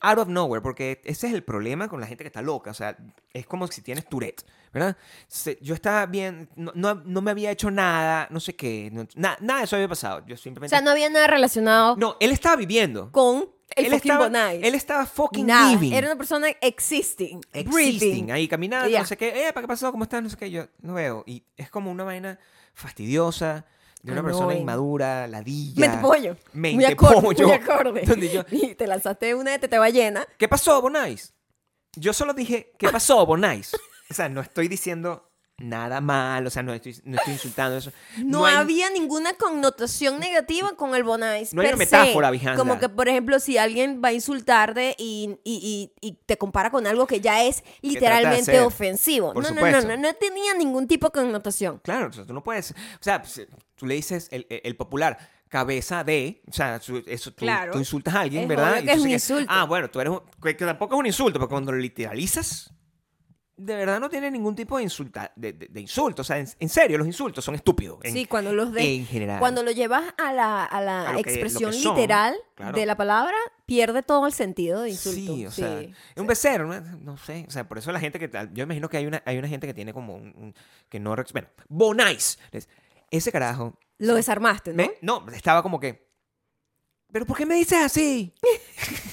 out of nowhere, porque ese es el problema con la gente que está loca, o sea, es como si tienes Tourette, ¿verdad? Se- yo estaba bien, no, no- no me había hecho nada, no sé qué, no- na- nada de eso había pasado. Yo
O
simplemente.
sea, no había nada relacionado
no, él estaba viviendo.
con el
él,
fucking
estaba,
Bonai.
él estaba fucking
Nada.
living
Era una persona existing.
existing,
breathing.
ahí caminando,
Ya.
no sé qué, eh, ¿para qué pasó? ¿Cómo estás? No sé qué, yo no veo. Y es como una vaina fastidiosa de una persona
Annoying.
inmadura, ladilla.
Mente pollo. muy
Mente
acorde,
pollo.
Muy acorde.
<laughs> Donde yo,
<laughs> Y te lanzaste una de te va llena.
¿qué pasó, Bonais? Yo solo dije, ¿qué pasó, Bonais? O sea, no estoy diciendo nada mal, o sea, no estoy, no estoy insultando eso.
No,
hay-
había ninguna connotación negativa con el Bonais.
No hay
per
una
se.
metáfora, Vijanda.
Como que, por ejemplo, si alguien va a insultarte y, y- y- y te compara con algo que ya es
trata
literalmente
de hacer.
ofensivo.
Por
no, no, no, no,
supuesto.
no tenía ningún tipo de connotación.
Claro, o sea, tú no puedes. O sea, pues, tú le dices el, e, el- el popular cabeza de, o sea, su- eso tú,
Claro.
tú insultas a alguien,
Es
¿verdad?
obvio
Y
que es
tú
un
sí que-
insulto.
Ah, bueno, tú eres un- que, que tampoco es un insulto, porque cuando lo literalizas, de verdad no tiene ningún tipo de insulta, de, de- de insulto. O sea, en, en serio, los insultos son estúpidos. En,
sí, cuando los de,
en general.
cuando lo llevas a la, a la
A lo que- lo que
expresión
son,
literal
claro.
de la palabra, pierde todo el sentido de insulto.
Sí, o sea,
Sí.
es un becerro, ¿no? no sé, o sea, por eso la gente que tal, yo imagino que hay una, hay una gente que tiene como un, un- que no, rex- bueno, Bonais, Les- ese carajo,
Lo desarmaste, ¿no?
Me- ¿no? estaba como que. ¿Pero por qué me dices así?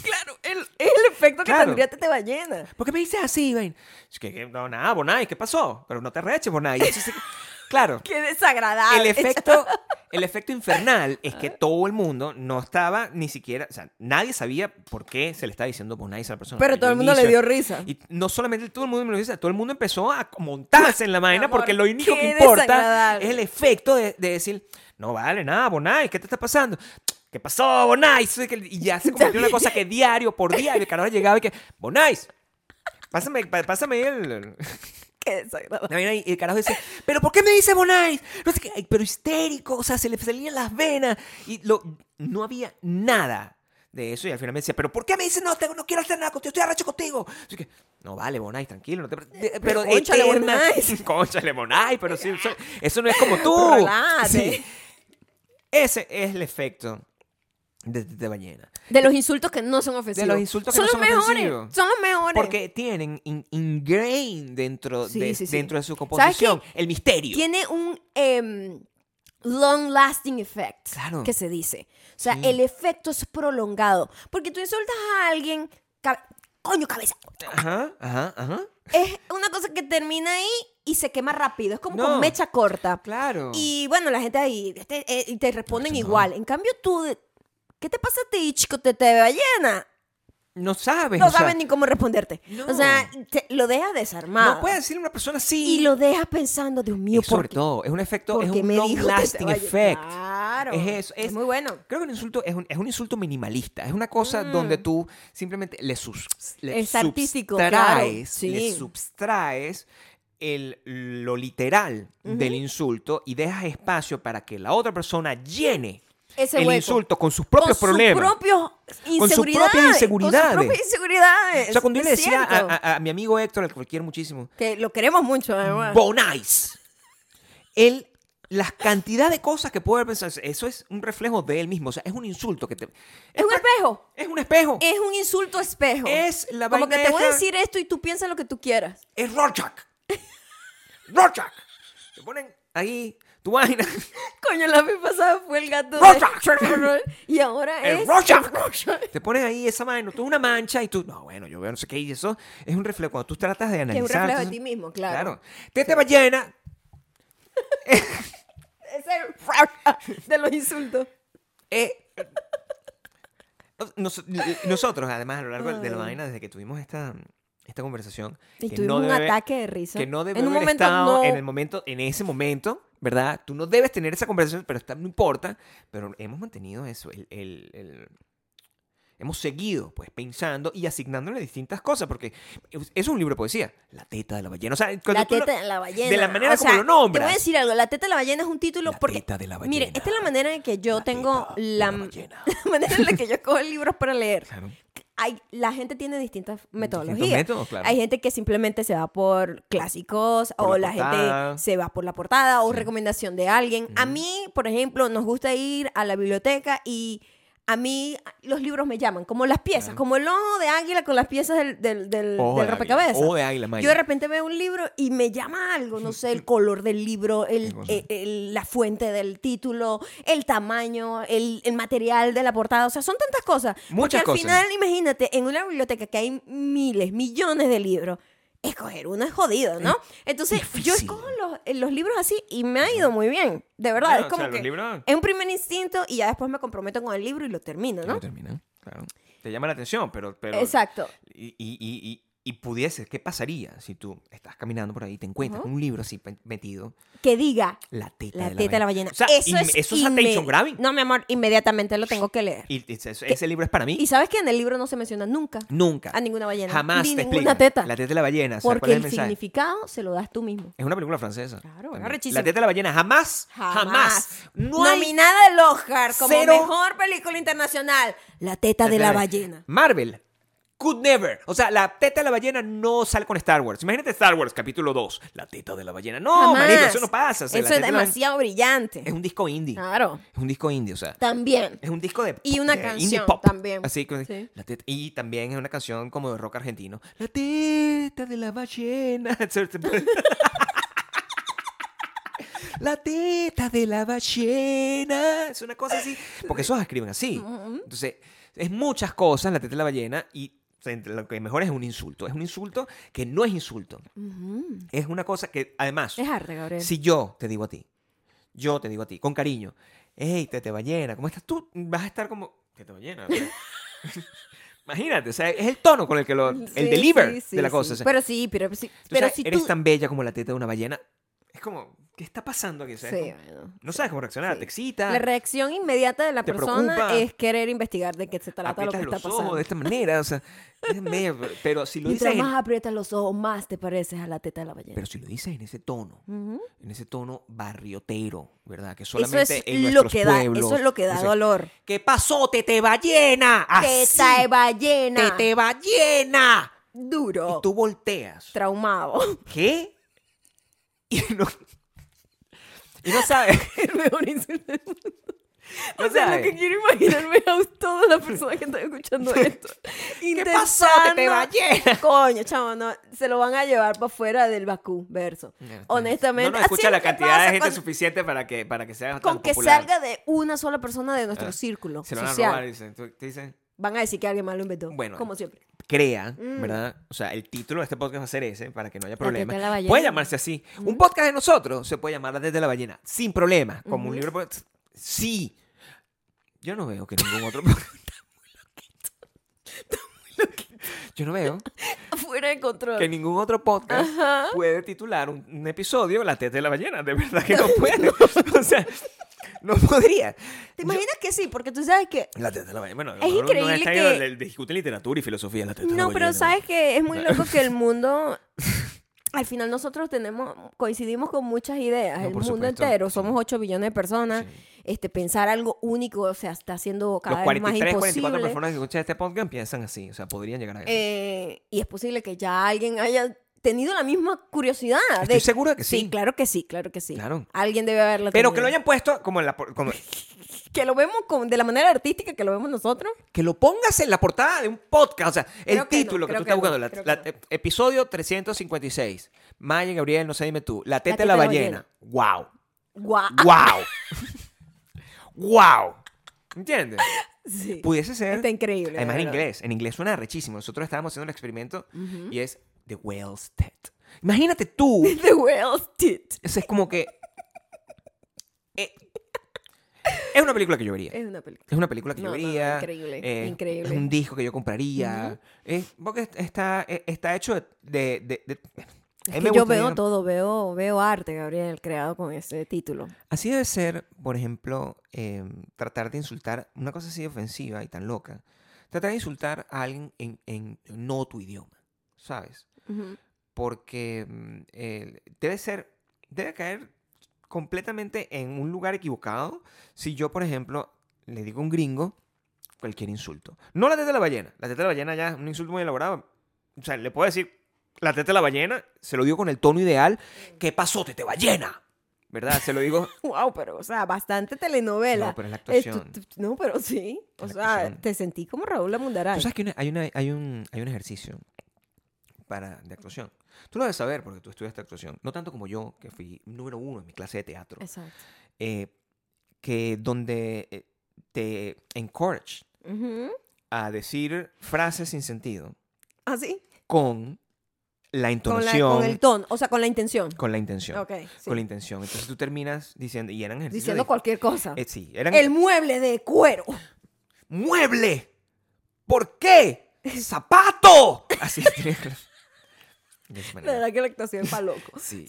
Claro, el, el efecto que
Claro.
tendría te, te va llena.
¿Por qué me dices así, Vain? Es que, que no, nada, Bonai, ¿qué pasó? Pero no te reches, Bonai. Eso sí- <laughs> claro,
Qué desagradable. <laughs>
el efecto, el efecto infernal es
Ah.
que todo el mundo no estaba ni siquiera, o sea, nadie sabía por qué se le estaba diciendo Bonai a esa persona.
Pero
Al
todo el mundo le
inicio-
dio risa.
Y no solamente todo el mundo me lo dice, todo el mundo empezó a montarse en la vaina
amor,
porque lo único
qué
que importa
desagradable.
es el efecto de, de decir, no vale nada, Bonai, ¿qué te está pasando? ¿Qué pasó, Bonai? Y
<laughs>
ya se convirtió en una cosa que diario por diario, que ahora llegaba y que, Bonai, pásame, pa- pásame el...
Qué desagradable.
<laughs> la vaina", Y el carajo dice, ¿pero por qué me dice Bonai? No sé qué, ay, pero histérico, o sea, se le salían las venas. Y lo, no había nada de eso. Y al final me decía, ¿pero por qué me dice no, te- no quiero hacer nada contigo, estoy arracho contigo? Así que, no vale, Bonai, tranquilo. No te, pre- de- pero
cónchale,
eterna-
Bonai.
<laughs> Cónchale, Bonai, pero sí, eso, eso no es como tú.
Relájate.
Sí. Ese es el efecto de, de, de ballena.
De los insultos que no son ofensivos.
De los insultos que
son los
no son
mejores.
ofensivos.
Son los mejores.
Porque tienen in- ingrained dentro,
Sí,
de,
sí, sí.
dentro de su
¿Sabes
composición el misterio.
tiene un em, long lasting effect.
Claro.
Que se dice. O sea,
Sí.
el efecto es prolongado. Porque tú insultas a alguien. cabe- Coño, cabeza.
Ajá, ajá, ajá.
Es una cosa que termina ahí y se quema rápido. Es como
No.
con mecha corta.
Claro.
Y bueno, la gente ahí este, eh, y te responden
No, eso Oh. no.
igual. En cambio, tú, de- ¿qué te pasa a ti, chico? Te te ballena.
no sabes.
No
o sea,
sabes ni cómo responderte.
No.
O sea, te- lo dejas desarmado.
No puede decirle a una persona así.
Y lo dejas pensando, Dios
Y
mío, ¿por
sobre
qué?
todo, es un efecto, es
porque
un
me
long
dijo que te
lasting
vaya-
effect.
Claro.
Es eso, es-
muy bueno.
Creo que un insulto es un, es un insulto minimalista. Es una cosa donde tú simplemente le, sus, le
Mm. Es artístico, claro,
subtraes,
sí.
le subtraes el, lo literal del insulto y dejas espacio para que la otra persona llene
Ese
el
hueco.
insulto con sus propios
con
problemas.
Sus propios inseguridades,
inseguridades.
Con sus propias inseguridades.
o sea, cuando yo
es
le decía a,
cierto.
a- a mi amigo Héctor, al que lo quiero muchísimo,
Que lo queremos mucho, además.
Bonais. Él las cantidad de cosas que puede haber pensado. Eso es un reflejo de él mismo. O sea, es un insulto que te.
Es un
pra-
espejo.
Es un espejo.
Es un insulto espejo.
Es la
Como que
vaina
te voy a
esta-
decir esto y tú piensas lo que tú quieras.
Es
<laughs>
Rorschach. Rorschach. Te ponen ahí tu vaina.
Coño, la vez pasada fue el gato de...
Rorschach.
y ahora
El
es...
Rorschach.
Rorschach.
Te ponen ahí esa mano, tú una mancha y tú, no, bueno, yo veo no sé qué, y eso es un reflejo. Cuando tú tratas de
Que es
analizar.
un reflejo de
entonces-
ti mismo, claro.
Tete ballena,
Es el Rorschach de los insultos.
eh, nos- nosotros, además, a lo largo de la vaina, desde que tuvimos esta, esta conversación,
Y
que
tuvimos
no
un
debe-
ataque de risa.
que no debe
en un
haber
momento
estado
no.
en el momento, en ese momento, ¿verdad? Tú no debes tener esa conversación, pero está, no importa. Pero hemos mantenido eso, el, el- el- hemos seguido, pues, pensando y asignándole distintas cosas, porque es un libro de poesía, la teta de la ballena. O sea, cuando
La
tú lo-
teta de la ballena.
de la manera
O
como
sea,
lo nombras.
Te voy a decir algo. La teta de la ballena es un título
La
porque.
teta de la
Miren,
ballena.
esta es la manera en que yo
La
tengo
teta de
la,
la ballena.
<laughs> la manera en la que yo cojo libros para leer.
Claro.
Hay, la gente tiene distintas metodologías.
métodos, claro.
Hay gente que simplemente se va por clásicos
Por
o
la
la,
portada.
gente se va por la portada o
Sí.
recomendación de alguien. A mí, por ejemplo, nos gusta ir a la biblioteca y a mí los libros me llaman, como las piezas, como el ojo de águila con las piezas del, del, del-
Ojo
del
de águila,
rompecabezas.
ojo de águila, Maya.
Yo de repente veo un libro y me llama algo, no sé,
<laughs>
el color del libro, el,
¿Qué cosa?
eh, el- la fuente del título, el tamaño, el, el material de la portada, o sea, son tantas cosas.
Muchas
Porque
cosas.
al final, imagínate, en una biblioteca que hay miles, millones de libros, escoger uno es jodido, ¿no? Entonces, yo
difícil.
escojo los, eh, los libros así y me ha ido muy bien, de verdad.
Claro,
es
o
como
sea, los
que
libros-
es un primer instinto y ya después me comprometo con el libro y lo termino,
No
¿no?
termina, claro. Te llama la atención, pero... pero
Exacto.
Y, y, y, y- y pudiese, ¿qué pasaría si tú estás caminando por ahí y te encuentras un libro así pe- metido?
Que diga,
La teta
La
de
teta de la ballena.
O sea,
eso,
inme-
es
eso es
inme-
attention grabbing.
No, mi amor, inmediatamente lo tengo que leer.
Y es- es- ese libro es para mí.
Y sabes que en el libro no se menciona nunca
Nunca.
a ninguna ballena.
Jamás
ni
te
ninguna
explican.
teta.
La teta de la ballena. o sea, ¿cuál
porque
es el
el
mensaje?
significado se lo das tú mismo.
Es una película francesa.
Claro,
también.
era rechísimo.
La teta de la ballena. Jamás. Jamás. No hay
Nominada al Oscar como
Cero.
mejor película internacional. La teta de la ballena.
Marvel. Could never. O sea, la teta de la ballena no sale con Star Wars. Imagínate Star Wars, capítulo 2. La teta de la ballena. No,
Jamás.
marido, eso no pasa. O sea, la
eso es
teta de la-
demasiado brillante.
Es un disco indie.
Claro.
Es un disco indie, o sea.
También.
Es un disco de
Y una
de
canción
indie pop.
también.
Así que-
Sí.
la teta- y también es una canción como de rock argentino. La teta de la ballena. <laughs> la teta de la ballena. Es una cosa así. Porque esos escriben así. Entonces, es muchas cosas la teta de la ballena y o sea, entre lo que mejor es un insulto. Es un insulto que no es insulto.
Ujú.
Es una cosa que además
Mm, Es arte, Gabriel.
si yo te digo a ti, yo te digo a ti, con cariño, hey, te ballena, ¿cómo estás tú? Vas a estar como, te
<laughs>
ballena. o sea, Imagínate, o sea, es el tono con el que lo, el
Sí,
deliver
sí, sí,
de la
sí.
cosa. o sea,
Pero sí, pero, sí-
tú
pero
sabes,
si
eres
tú...
tan bella como la teta de una ballena, es como, ¿qué está pasando aquí? O sea, es
Sí,
como-
bueno.
no sabes cómo reaccionar,
Sí.
te excita,
La reacción inmediata de la
te
persona
preocupa.
es querer investigar de qué se trata lo que
aprietas
está
los ojos
pasando.
de esta manera, o sea, es medio- pero si lo dices,
Mientras
en-
más aprietas los ojos, más te pareces a la teta de la ballena.
pero si lo dices en ese tono,
Ujú.
en ese tono barriotero, ¿verdad? Que
Eso
solamente
es
en
lo
nuestros
que da,
pueblos. "Ah,
eso es lo que da
o sea,
dolor.
¿Qué pasó, tete ballena?
Teta de
Así,
ballena.
tete ballena.
Duro.
Y tú volteas.
Traumado. <laughs>
¿Qué? <laughs> Y no, y no
<laughs>
sabes.
El mejor insulto del mundo.
No
O sea, lo
sabe.
que quiero imaginarme a todas las personas que están
<laughs>
escuchando esto.
¿Qué pasó, tete
Intentando-
ballena?
Coño, chamo, no, se lo van a llevar para afuera del Bakú verso. <laughs> Honestamente,
No nos escucha
así
la
es que
cantidad de
pasa
gente
cuando-
suficiente para que, para que sea
con
tan
que
popular.
salga de una sola persona de nuestro
Ah,
círculo
Se lo van a robar,
social.
dicen. Tú- Te dicen,
Van a decir que alguien más lo inventó.
Bueno.
como siempre. <laughs>
crea,
Mm.
¿verdad? O sea, el título de este podcast va a ser ese, para que no haya
teta de la
problema.
ballena.
Puede llamarse así. Un podcast de nosotros se puede llamar La Teta de la Ballena, sin problema. Como un libro. Sí. Yo no veo que ningún otro. <laughs> Yo no veo
Fuera de control.
que ningún otro podcast puede titular un, un episodio La Teta de la Ballena. De verdad
<laughs>
que no puede. O sea, no podría.
¿Te imaginas que sí? Porque tú sabes que.
La Teta de la Ballena. Bueno, a lo
Es
mejor uno
increíble
está
que-
ahí, Discuten literatura y filosofía La Teta de la
No,
Ballena.
pero sabes que es muy loco que el
<laughs>
mundo. Al final nosotros tenemos, coincidimos con muchas ideas,
No,
el
por
mundo
supuesto,
entero,
sí.
somos 8 billones de personas, este, pensar algo único, o sea, está siendo
Los
cada vez más
43, 44
imposible.
Eh, personas que escuchan este podcast piensan así, o sea, podrían llegar a eso.
Eh, y es posible que ya alguien haya tenido la misma curiosidad.
Estoy segura que sí.
claro que sí, claro que sí.
Claro.
Alguien debe haberla
Pero
tenido.
que lo hayan puesto como en la... por- como-
Que lo vemos con- de la manera artística que lo vemos nosotros.
<laughs> que lo pongas en la portada de un podcast. O sea,
Creo
el
que no,
título que,
creo
tú
que
estás
no,
buscando. la-
creo
la-
que no.
eh, episodio 356. Maya y Gabriel, no sé, dime tú. La teta de la,
teta de la
ballena. Wow.
Guau.
<laughs> Wow. wow. ¿Entiendes?
Sí.
Pudiese
<laughs>
ser.
Está increíble, de
Además en
verdad.
inglés. En inglés suena rechísimo. Nosotros estábamos haciendo el experimento y es The Whale's Tet. Imagínate tú.
<laughs> The whale's tit.
Eso es como que. Eh, es una película que yo vería.
Es una película.
Es una película que
No, no,
yo
no,
vería.
increíble,
eh,
increíble.
Es un disco que yo compraría. es- porque es- está, eh, está hecho de. de- de- a mí
Es
me
que yo
gustaría-
veo todo, veo, veo arte, Gabriel, creado con ese título.
Así debe ser, por ejemplo, eh, tratar de insultar una cosa así de ofensiva y tan loca. Tratar de insultar a alguien en, en no tu idioma, ¿sabes?
Ujú.
Porque mm, el- debe ser, debe caer completamente en un lugar equivocado si yo, por ejemplo, le digo a un gringo cualquier insulto. No la teta de la ballena. La teta de la ballena ya es un insulto muy elaborado. O sea, le puedo decir la teta de la ballena, se lo digo con el tono ideal. ¿Qué pasó, tete ballena? ¿Verdad? Se lo digo
Wow, pero, o sea, bastante telenovela.
No, pero es la
Eh, tú-
actuación.
tú- no, pero sí. O
Es la
sea,
actuación.
te sentí como Raúl Amundaray.
Tú sabes que una- hay, una- hay, un, hay un ejercicio para, de actuación. Tú lo debes saber porque tú estudiaste actuación. No tanto como yo, que fui número uno en mi clase de teatro.
Exacto.
eh, que donde eh, te encourage
Ujú.
a decir frases sin sentido
Así.
con la
¿Ah, Con, la-
intonación,
con el tono, o sea, con la intención.
con la intención.
Ok, sí.
Con la intención. Entonces tú terminas diciendo, y eran ejercicios
Diciendo
de-
cualquier cosa.
eh, sí, eran
El mueble de cuero.
¡Mueble!
<laughs>
¿Por qué? ¡Zapato! Así <laughs> tienes que- de esa
La
manera.
verdad que la actuación para loco.
<laughs> Sí.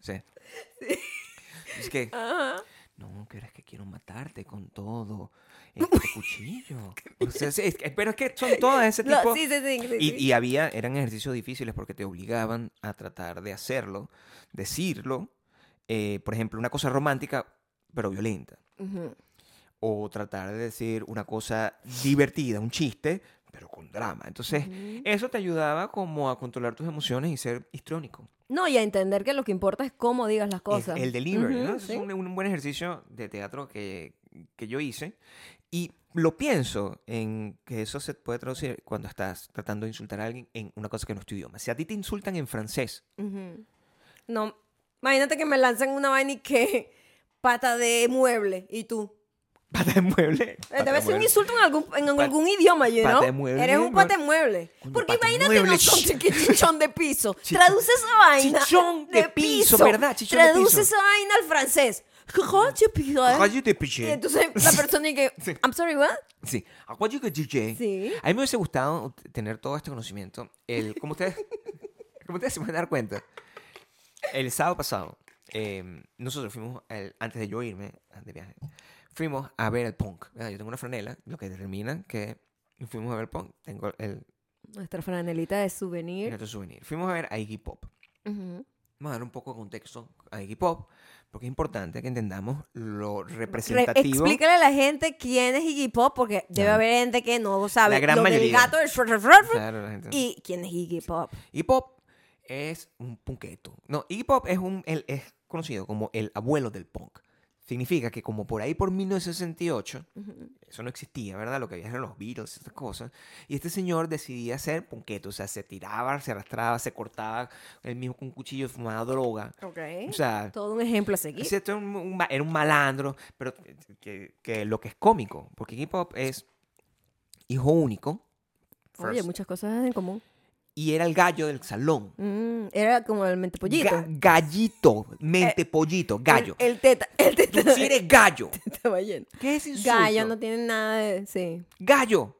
sí. Es que,
<laughs> Ajá.
no, que ahora es que quiero matarte
<laughs>
con todo. Este cuchillo. O sea, sí, es que- pero es que
<laughs>
son todas ese
No,
Este tipo.
sí, sí, sí, sí,
Y,
sí.
y había, eran ejercicios difíciles porque te obligaban a tratar de hacerlo, decirlo. eh, por ejemplo, una cosa romántica, pero violenta.
Ujú.
O tratar de decir una cosa divertida, un chiste, pero con drama. Entonces, eso te ayudaba como a controlar tus emociones y ser histriónico.
No, y a entender que lo que importa es cómo digas las
Es
cosas.
el delivery,
Ujú,
¿no? Ese
sí.
Es un, un buen ejercicio de teatro que, que yo hice. Y lo pienso en que eso se puede traducir cuando estás tratando de insultar a alguien en una cosa que no es tu idioma. Si a ti te insultan en francés, <laughs>
Ujú. No, imagínate que me lanzan una vaina y que <laughs> pata de mueble y tú.
pata de mueble.
Eh,
pata de
Debe ser un
mueble.
insulto en algún, en
Pat-
algún idioma, you
pata
know?
de mueble,
Eres un
¿no?
pata de mueble.
Coño,
Porque
pata de
imagínate
mueble,
nosotros
shh.
que chichón de piso.
<laughs> Chichón-
Traduce esa vaina.
Chichón de piso, ¿verdad? Chichón de
Traduce
piso.
esa vaina al francés. Coño, piso, ¿eh?
Rayo de
Y
piché.
entonces la persona y que,
<laughs> Sí.
I'm sorry, what?
Sí. Rayo de piché.
Sí.
A mí me hubiese gustado tener todo este conocimiento. El, como, ustedes, <laughs> como ustedes se pueden dar cuenta, el sábado pasado, eh, nosotros fuimos, al- antes de yo irme de viaje, fuimos a ver el punk. ¿verdad? Yo tengo una franela, lo que determina que fuimos a ver el punk. Tengo el,
Nuestra franelita de souvenir.
nuestro souvenir. Fuimos a ver a Iggy Pop.
Ujú.
Vamos a dar un poco de contexto a Iggy Pop, porque es importante que entendamos lo
Re-
representativo.
Explícale a la gente quién es Iggy Pop, porque debe
Ah.
haber gente que no sabe.
La gran
lo del
mayoría.
gato del fr- fr- fr- fr-
Claro, la gente-
y quién es Iggy Pop.
Iggy Pop es un punketo. No, Iggy Pop es, un, él es conocido como el abuelo del punk. Significa que como por ahí por 1968, eso no existía, ¿verdad? Lo que había eran los Beatles, esas cosas. Y este señor decidía ser punketo. O sea, se tiraba, se arrastraba, se cortaba él mismo con un cuchillo, fumaba droga. O sea,
¿Eh? Todo un ejemplo a seguir.
ese era un, un ma- era un malandro, pero que, que lo que es cómico, porque Iggy Pop es hijo único.
Oye,
first,
muchas cosas en común.
y era el gallo del salón.
Mm, era como el mentepollito.
Ga- gallito,
Eh,
mente pollito, gallo.
<laughs> El, el teta. El teta.
Tú sí eres gallo.
teta ballena.
¿Qué es insulto?
eh, <laughs> Gallo no tiene nada de. Sí.
Gallo.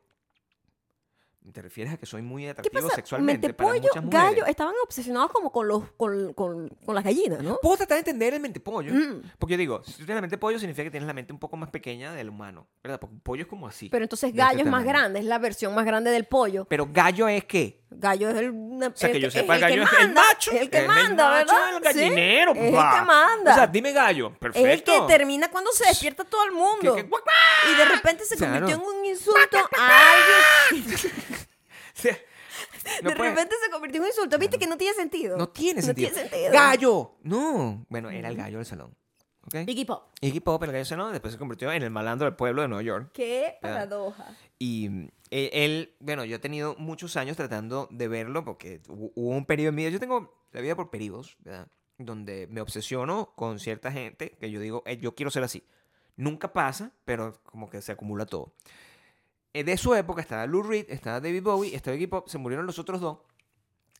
¿Te refieres a que soy muy
¿Qué
atractivo
pasa?
sexualmente para
Mentepollo,
muchas mujeres?
gallo. Estaban obsesionados como con, los, con, con, con las gallinas, ¿no?
Puedo tratar de entender el mentepollo.
Mm.
Porque yo digo, si tú tienes la mente pollo, significa que tienes la mente un poco más pequeña del humano. ¿Verdad? Porque un pollo es como así.
Pero entonces
de
gallo
este
es más
tamaño.
grande, es la versión más grande del pollo.
Pero gallo es que.
Gallo es el, una-
O sea,
el
que yo
es
sepa,
el
el gallo
que
es el
manda,
macho.
es El que
es
manda,
macho
¿verdad?
del gallinero,
Sí, es el
papá.
que manda.
O sea, dime gallo.
es
Perfecto.
el que termina cuando se despierta todo el mundo.
Que- que- guac, <laughs>
Y de repente se
Claro.
convirtió en un insulto a alguien.
O sea, No
de
puede-
repente se convirtió en un insulto. ¿Viste que no tiene sentido?
No tiene sentido.
tiene sentido.
¡Gallo! No. Bueno, era el gallo del salón. ¿Ok?
Iggy Pop.
Iggy Pop, el gallo del salón, después se convirtió en el malandro del pueblo de Nueva York.
Qué paradoja.
Y mm, eh, él, bueno, yo he tenido muchos años tratando de verlo porque hu- hubo un periodo en mi vida. Yo tengo la vida por periodos, ¿verdad? Donde me obsesiono con cierta gente que yo digo, "Eh, yo quiero ser así. Nunca pasa, pero como que se acumula todo. Eh, de su época estaba Lou Reed, estaba David Bowie, estaba Iggy Pop, se murieron los otros dos.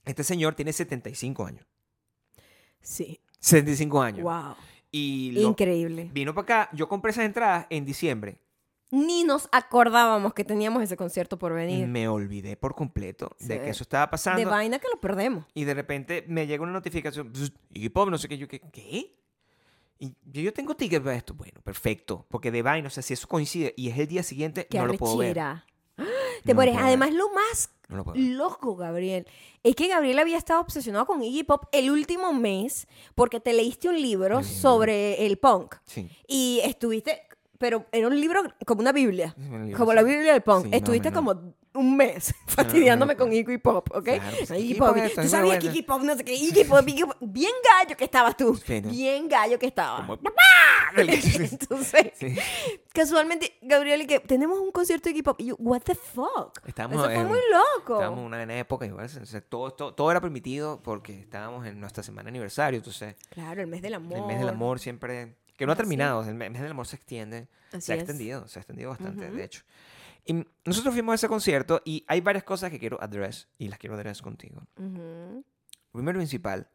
Este señor tiene 75 años.
Sí.
75 años.
Wow.
Y lo-
Increíble.
vino para acá. Yo compré esas entradas en diciembre.
Ni nos acordábamos que teníamos ese concierto por venir.
Me olvidé por completo de
Sí.
que eso estaba pasando.
De vaina que lo perdemos.
Y de repente me llega una notificación, "Bzz, Iggy Pop, no sé qué, yo qué, ¿qué? Y yo, yo tengo tickets para esto. Bueno, perfecto. Porque de vaina, o sea, si eso coincide y es el día siguiente,
Qué
no lo puedo ver.
arrechera. ¡Ah! Te
No lo
mueres.
puedo ver.
Además, lo más
No lo puedo ver.
loco, Gabriel, es que Gabriel había estado obsesionado con Iggy Pop el último mes porque te leíste un libro sobre el punk.
Sí.
Y estuviste, pero era un libro como una Biblia.
Es un libro,
Como la
sí.
Biblia del punk.
Sí, más o
Estuviste
menos.
como un mes <laughs> fastidiándome
locura.
con Iggy Pop, ¿ok?
Claro, pues,
Iggy
Iggy
Pop.
Pop, esto
Tú
es una
sabías que
buena.
Iggy Pop, no sé qué, Iggy Pop, Iggy Pop. Bien gallo que estabas tú.
Sí, ¿no?
Bien gallo que estabas.
Como- <laughs>
<laughs> Entonces,
Sí.
casualmente, Gabriel y que tenemos un concierto de Iggy Pop. Y yo, what the fuck?
Estábamos
Eso fue
en-
muy loco.
Estábamos en una buena época, igual. O sea, todo, todo, todo era permitido porque estábamos en nuestra semana de aniversario. Entonces,
Claro, el mes del amor.
el mes del amor siempre. Que no ha
Así es.
terminado, el mes del amor se extiende.
Así
se ha
es.
extendido, se ha extendido bastante, de hecho. Y mm, nosotros fuimos a ese concierto y hay varias cosas que quiero address y las quiero address contigo.
Ujú.
Primero y principal,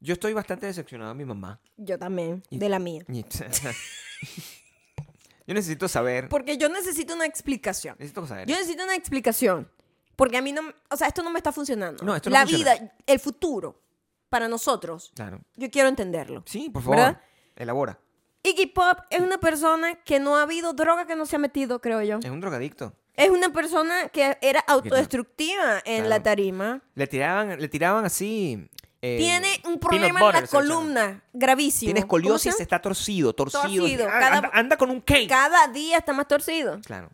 yo estoy bastante decepcionado de mi mamá.
Yo también,
Y-
de la mía.
Y- <laughs> yo necesito saber.
Porque yo necesito una explicación.
Necesito saber.
Yo necesito una explicación. Porque a mí no. O sea, esto no me está funcionando.
No, esto no
La
funciona.
vida, el futuro, para nosotros,
Claro.
yo quiero entenderlo.
Sí, por favor.
¿Verdad?
Elabora.
Iggy Pop es una persona que no ha habido droga que no se ha metido, creo yo.
Es un drogadicto.
Es una persona que era autodestructiva en
Claro.
la tarima.
Le tiraban, le tiraban así. eh,
Tiene un
peanut
problema en
butter,
la
se lo echaban.
columna, gravísimo. ¿Cómo
Tiene
se
escoliosis,
llama?
está torcido, torcido.
Torcido,
Ah,
cada-
anda, anda con un cake.
Cada día está más torcido.
Claro.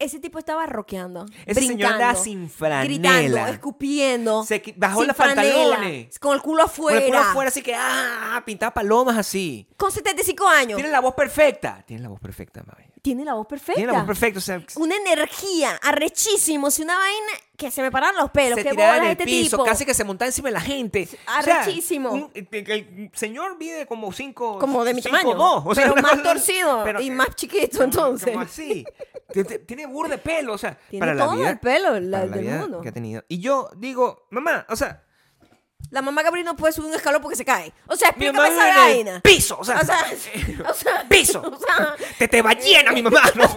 Ese tipo estaba roqueando.
Ese señor
brincando,
andaba sin franela.
Gritando, escupiendo.
Se qui- bajó
sin
los
franela,
pantalones.
Con el culo
Con
afuera.
el culo afuera, así que, ah, pintaba palomas así.
Con 75 años.
Tiene la voz perfecta. Tiene la voz perfecta, Mabel.
Tiene la voz perfecta.
Tiene la voz perfecta. O sea,
Una energía, arrechísimo. Si una vaina que se me pararon los pelos.
se
Qué
tiraba en
bola
el
este
piso,
tipo.
casi que se montaba encima de la gente. O sea,
arrechísimo.
un- el, el señor mide como cinco.
Como de mi
cinco
tamaño.
dos, o sea,
pero
una
más
cosa-
torcido
pero-
y más chiquito,
como-
entonces.
Como así. T- t- Tiene burro de pelo, o sea.
Tiene
para
todo
la vida,
el pelo la-
para la
del
vida
mundo.
que ha tenido. Y yo digo, mamá, o sea,
La mamá Gabriel no puede subir un escalón porque se cae. O sea,
mi
explícame
mamá
esa
vive en el
vaina.
piso, o
O
sea,
sea,
<laughs>
o sea,
piso.
<laughs> o sea,
te te va llena mi mamá,
<laughs>
no.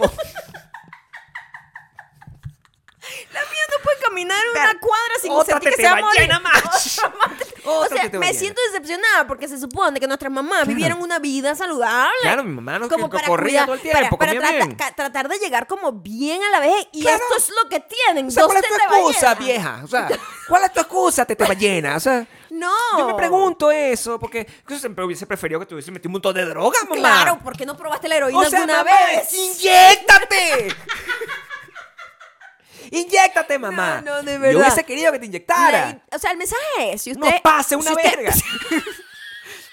la mía no puede caminar una
Pero
cuadra sin
otra
sentir
te
que se
te
va a
va
morir.
llena más.
<laughs> Otra más te- O
<laughs> Otra
sea,
que te va
me
llena.
siento decepcionada porque se supone que nuestras mamás vivieron una vida saludable.
Claro, mi mamá no
como
que
para
corría
cuidar-
todo el tiempo,
para,
comía
para trata-
bien.
ca- tratar de llegar como bien a la vez y
Claro.
esto es lo que tienen
O sea,
dos
¿cuál es tu
teteballeras.
excusa, vieja? O sea, ¿cuál es tu excusa, te ballena? O sea,
no
yo me pregunto eso, porque yo siempre hubiese preferido que te hubiese metido un montón de droga, mamá.
claro ¿por qué no probaste la heroína
o sea,
alguna
mamá,
vez <laughs>
inyéctate. inyéctate, mamá.
No, no, de
Yo
verdad.
hubiese querido que te inyectara.
o sea el mensaje es si usted
No pase una
si usted- <laughs>
verga.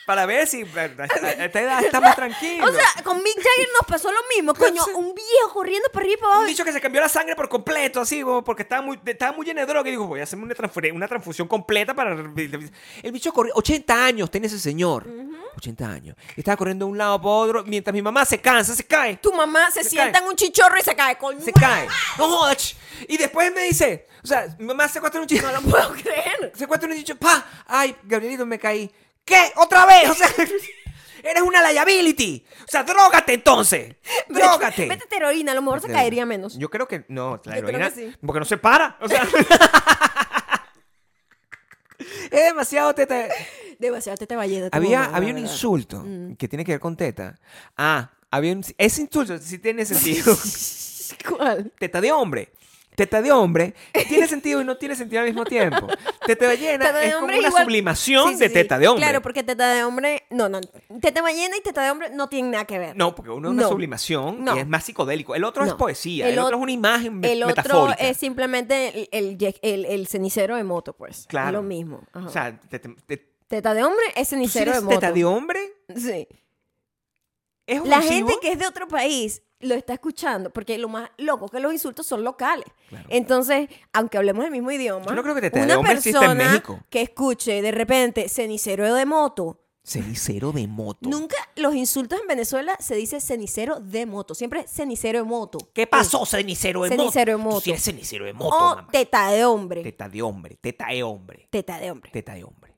Para ver si a a- a esta edad está más tranquilo.
o sea con Mick Jagger nos pasó lo
<laughs>
mismo coño un viejo corriendo para arriba y para
Un
abajo
bicho que se cambió la sangre por completo, así, como porque estaba muy, estaba muy lleno de droga. Y dijo, voy a hacerme una, transfure- una transfusión completa para... El bicho corrió... 80 años tiene ese señor. 80 años. Y estaba corriendo de un lado para otro, mientras mi mamá se cansa, se cae.
tu mamá se,
Se
sienta
cae.
en un chichorro y se cae coño <laughs>
Se cae. No jodas, ch. Y después me dice... O sea, mi mamá se cuesta un chico.
no puedo creer
<laughs> Se cuesta un chico. ¡Pa! ¡Ay, Gabrielito, me caí! ¿Qué? ¿Otra vez? <laughs> O sea... Eres una liability. O sea, drógate entonces. Drógate.
Vete- Vete heroína, a lo mejor se caería menos.
Yo creo que no, la
Yo creo
heroína.
que sí.
Porque no se para. O sea.
<laughs>
es demasiado teta.
Demasiado te ballena. tu
Había,
mamá, la
había un
verdad.
insulto
Mm.
que tiene que ver con teta.
<laughs>
Ah, había un- ese insulto sí tiene sentido.
¿Cuál?
teta de hombre. teta de hombre tiene sentido y no tiene sentido al mismo tiempo. Teta ballena
Teta de
es como
hombre
una
igual-
sublimación
Sí, sí,
de
sí.
teta de hombre.
Claro, porque teta de hombre. No, no. Teta ballena y teta de hombre no tienen nada que ver.
No, porque uno es una
No.
sublimación
No.
y es más psicodélico. El otro es
No.
poesía, el,
El ot-
otro es una imagen me-
El otro
metafórica.
es simplemente el, el- el- el cenicero de moto, pues.
Claro.
Es lo mismo. Ajá.
O sea, te- te- te- tú
teta de hombre es
si
cenicero de
eres
moto.
teta de hombre
Sí.
es
La
ofensivo?
gente que es de otro país lo está escuchando, porque lo más loco que los insultos son locales.
Claro.
Entonces, aunque hablemos el mismo idioma,
Yo no creo que te- te- de
una
hombre exista en
persona
México.
que escuche de repente cenicero de moto,
Cenicero de moto.
nunca los insultos en Venezuela se dice cenicero de moto, siempre es cenicero de moto.
¿Qué pasó, cenicero de moto?
Cenicero de
Tú
moto. Oh,
sí eres cenicero de moto,
O
mamá.
teta de hombre.
Teta de hombre, teta de hombre,
teta de hombre.
teta de hombre.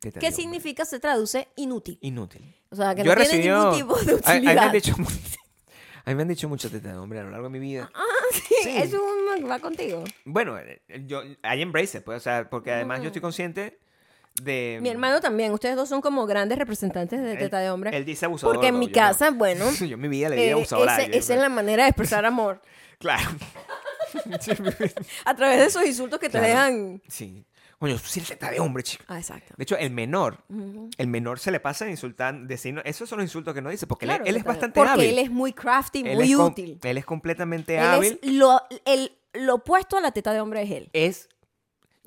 Teta
¿Qué
de hombre.
significa? Se traduce inútil.
Inútil.
O sea, que
Yo he
no tiene
recibido.
ningún tipo de
a- a mí me
utilidad.
han dicho mu- <laughs> a mí me han dicho mucho teta de hombre a lo largo de mi vida.
Ah, Sí,
Sí.
<laughs> Eso va contigo.
Bueno, eh, yo, I embrace it, pues, o sea, porque además yo estoy consciente de...
Mm. Mi hermano también. Ustedes dos son como grandes representantes de
Él-
teta de hombre.
Él dice abusador.
Porque en
no,
mi
yo no.
casa, bueno,
<laughs> Yo en mi vida le
eh,
dije abusadora.
esa,
yo-
esa es la manera de expresar amor.
pues.
<laughs>
Claro. <laughs>
A través de esos insultos que te
Claro.
dejan.
Sí. Coño, tú sí eres teta de hombre, chico.
Ah, exacto.
De hecho, el menor, el menor se le pasa a insultar, decir, no, esos son los insultos que no dice, porque él-
Claro,
él,
teta
es
de-
bastante
porque
hábil.
él es muy crafty,
Él
muy
es com-
útil.
Él es completamente
Él
hábil.
es lo, el, lo opuesto a la teta de hombre es él.
Es,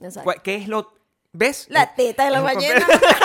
Exacto.
cua- ¿Qué es lo...? ¿Ves?
La teta de la
Es un
ballena.
<laughs>